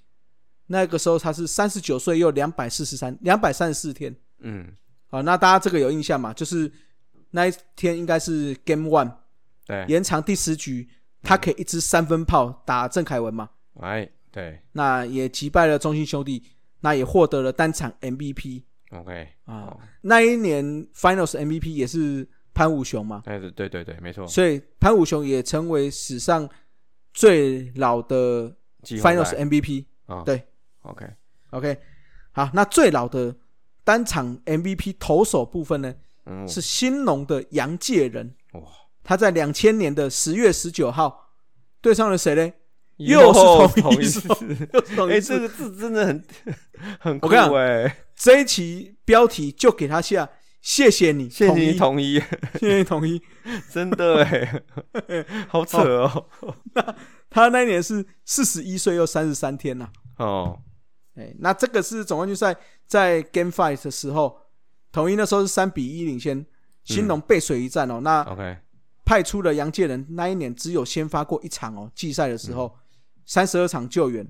B: 那个时候他是三十九岁又两百四十三两百三十四天。
A: 嗯，
B: 好，那大家这个有印象嘛？就是那一天应该是 Game One。
A: 对，
B: 延长第十局，他可以一支三分炮打郑凯文嘛，
A: 哎，对
B: 那也击败了中信兄弟，那也获得了单场 MVP
A: ，OK，
B: 啊
A: 哦。
B: 那一年 Finals MVP 也是潘武雄嘛，
A: 哎，对对对对，没错，
B: 所以潘武雄也成为史上最老的
A: 季后
B: Finals
A: 赛
B: MVP。
A: 啊，
B: 对
A: ，OK，
B: OK，好，那最老的单场 MVP 投手部分呢，
A: 嗯，
B: 是兴农的杨介仁。
A: 哇
B: 他在两千年的十月十九号对上了谁呢？又
A: 又
B: 是同
A: 同
B: 一
A: 一
B: 首
A: 次，
B: 又是同一
A: 哎，
B: 次
A: 这个字真的 很很
B: 我
A: 酷
B: 跟你讲
A: 哎，
B: 这一期标题就给他下“谢谢你，
A: 谢谢
B: 统一
A: 你统 一，
B: 谢谢你统一
A: 真的哎，好扯 哦，”。
B: 他那一年是四十一岁又三十三天呐、
A: 哦，
B: 哎，那这个是总冠军赛在 Game Five 的时候，统一那时候是三比一领先，兴农背水一战哦。那
A: OK，
B: 派出了杨介仁，那一年只有先发过一场哦，季赛的时候三十二场救援，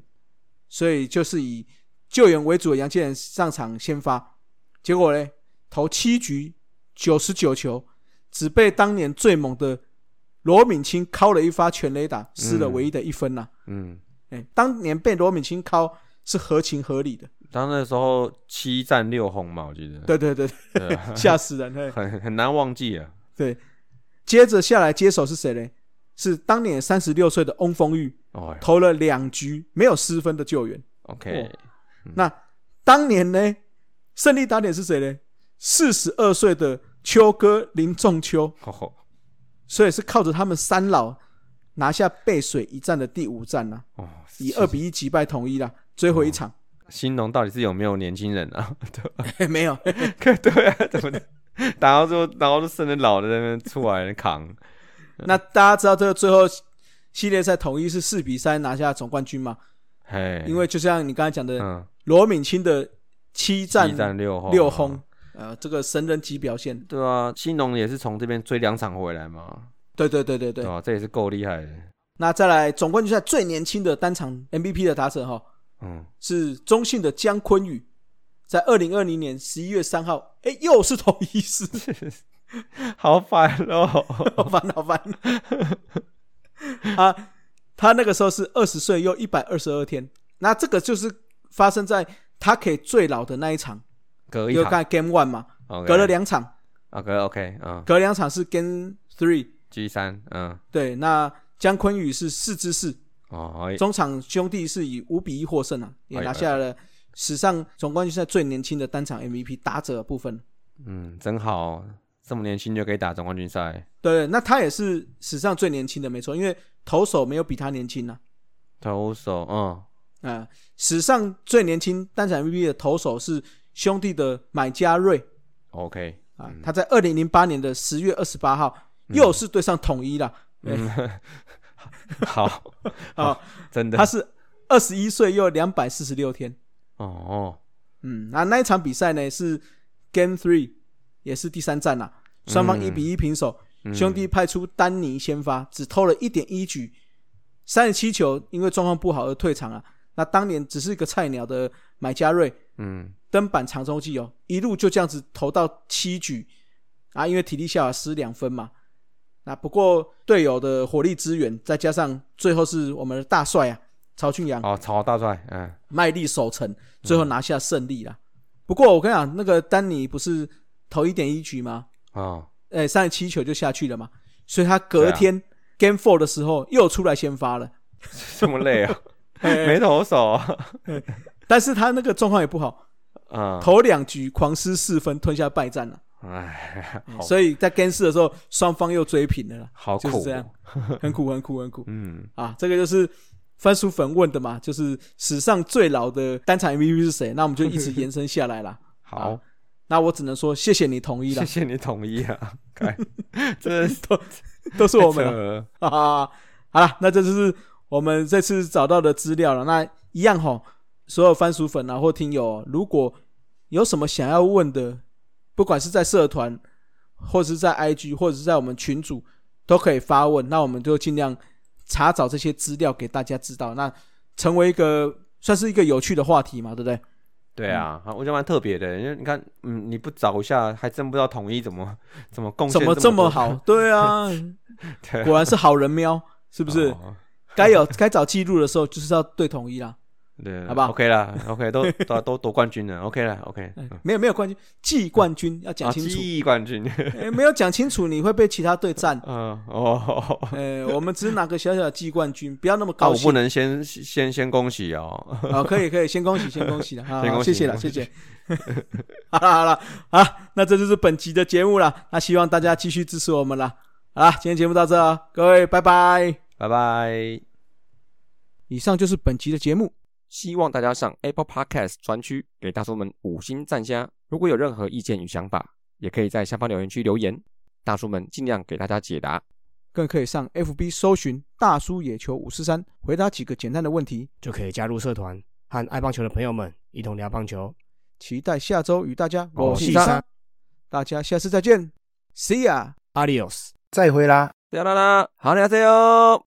B: 所以就是以救援为主的杨介仁上场先发，结果嘞投七局九十九球，只被当年最猛的罗敏清敲了一发全垒打，失了唯一的一分呐、
A: 嗯，
B: 哎、当年被罗敏清敲是合情合理的，
A: 他那时候七战六轰嘛，我记得，
B: 对对对，
A: 对 啊，
B: 吓死人嘿。
A: 很很难忘记啊，
B: 对，接着下来接手是谁嘞？是当年三十六岁的翁丰玉。
A: 哦
B: 投了两局没有失分的救援。
A: ，OK，
B: 哦那当年呢，胜利打点是谁呢？四十二岁的秋哥林仲秋，
A: 哦，
B: 所以是靠着他们三老拿下背水一战的第五战啦、
A: 哦，
B: 以二比一击败统一啦，追回一场。
A: 兴农到底是有没有年轻人啊？
B: 嘿哦 没有，
A: 对啊，怎么的打到最后，然后就剩那老的在那边出来扛，
B: 那大家知道这个最后系列赛统一是四比三拿下总冠军嘛？
A: 嘿，
B: 因为就像你刚才讲的，
A: 嗯，
B: 罗敏清的七
A: 一
B: 战
A: 战六
E: 哦
A: 轰，啊
B: 六轰，，呃，这个神人级表现。
A: 对啊，兴农也是从这边追两场回来嘛，
B: 对对对对
A: 对。
B: 对
E: 啊
A: 啊吧、这也是够厉害的，
B: 那再来总冠军赛最年轻的单场 MVP 的打者哈，
A: 嗯，
B: 是中信的姜坤宇，在二零二零年十一月三号，哎，又是同一事，
E: 好烦哦。
B: 好 烦，好烦。啊，他那个时候是二十岁又一百二十二天，那这个就是发生在他可以最老的那一场，
E: 隔一
B: 就
E: 场
B: 刚才 Game One 嘛，
E: ，OK，
B: 隔了两场，
E: 啊，隔了 OK，嗯
B: 隔两场是 Game Three，
E: ，G 三，嗯，
B: 对，那姜昆宇是四之四，
E: 哦，好
A: 哎
B: 中场兄弟是以五比一获胜啊，也
E: 哎
B: 拿
E: 哎
B: 下了史上总冠军赛最年轻的单场 MVP 打者的部分。
E: 嗯，真好，这么年轻就可以打总冠军赛，
B: 对，那他也是史上最年轻的，没错，因为投手没有比他年轻啊。
E: 投手，嗯，
B: 啊、史上最年轻单场 MVP 的投手是兄弟的买家瑞
E: OK，
B: 啊，
A: 嗯
B: 他在二零零八年的十月二十八号
E: 嗯
B: 又是对上统一了，
A: 嗯
E: 好，
B: 好，
E: 真的
B: 他，是二十一岁又两百四十六天。
E: 哦哦，
B: 嗯，那那一场比赛呢是 Game Three，也是第三战啦，双
E: 嗯
B: 方一比一平手，兄弟派出丹尼先发，只投了一点一局，三十七球，因为状况不好而退场啊。那当年只是一个菜鸟的买家瑞
E: 嗯，
B: 登板长中计哦，一路就这样子投到七局啊，因为体力下滑失两分嘛。那不过队友的火力支援，再加上最后是我们的大帅啊曹俊阳，
E: 好，哦曹大帅，嗯，
B: 卖力守城，最后拿下胜利啦。不过我跟你讲，那个丹尼不是投一点一局吗？
E: 哦，
B: 哎，三十七球就下去了嘛，所以他隔
E: 啊
B: 天、Game Four 的时候又出来先发了，
E: 这么累啊， 没投手啊，
B: 但是他那个状况也不好，
E: 嗯，
B: 头两局狂失四分，吞下败战了。
E: 哎， 好
B: 所以在 Game 四的时候，双方又追平了 啦，
E: 好
B: 就是
E: 苦
B: 这样
E: 哦，
B: 很苦很苦很苦
E: 嗯，
B: 啊！这个就是番薯粉问的嘛，就是史上最老的单场 MVP 是谁？那我们就一直延伸下来啦。啊
E: 好，
B: 那我只能说，谢谢你同意啦
E: 谢，谢你同意啊，看，这是
B: 都是我 们啊。
E: 了，
B: 哈哈，好了，那这就是我们这次找到的资料了。那一样哈，所有番薯粉啊或听友哦，如果有什么想要问的，不管是在社团，或是在 IG，或者是在我们群组，都可以发问。那我们就尽量查找这些资料给大家知道，那成为一个算是一个有趣的话题嘛，对不对？
E: 对啊，好我觉得蛮特别的，因为你看，嗯，你不找一下，还真不知道统一怎么 怎么贡献
B: 怎么这么
E: 多
B: 好？对啊，
E: 对啊
B: 果然是好人喵，是不是？
E: 哦
B: 该有该找记录的时候，就是要对统一啦。
E: 对，
B: 好不好
E: ？OK 啦，OK 都 都都夺冠军了，OK 啦，OK，嗯
B: 没有没有冠军，季冠军要讲
E: 啊
B: 清楚，
E: 记忆冠军，。
B: 诶没有讲清楚你会被其他队占
E: 嗯哦，
B: 呃，我们只是拿个小小的季冠军，不要那么
E: 啊，
B: 高
E: 我不
B: 兴。
E: 能先先先恭喜哦，
B: 啊、可以可以，先恭喜先恭喜了，好
E: 先
B: 好
E: 恭
B: 谢
E: 喜
B: 谢了，谢
E: 先
B: 谢。 好了好了好啦，那这就是本集的节目了，那希望大家继续支持我们啦。好啦，今天节目到这哦，各位拜拜。
E: 拜拜。
B: 以上就是本集的节目，
A: 希望大家上 Apple Podcast 专区给大叔们五星赞加。如果有任何意见与想法，也可以在下方留言区留言，大叔们尽量给大家解答。
B: 更可以上 FB 搜寻“大叔野球五四三”，回答几个简单的问题。
C: 就可以加入社团，和爱棒球的朋友们一同聊棒球。
B: 期待下周与大家
C: 我
E: 哦
B: 我
C: 是
B: 是
C: 三
B: 三，大家下次再见，See ya。
C: Adios。
D: 再会啦。
A: 啦啦啦，好，你好，加油！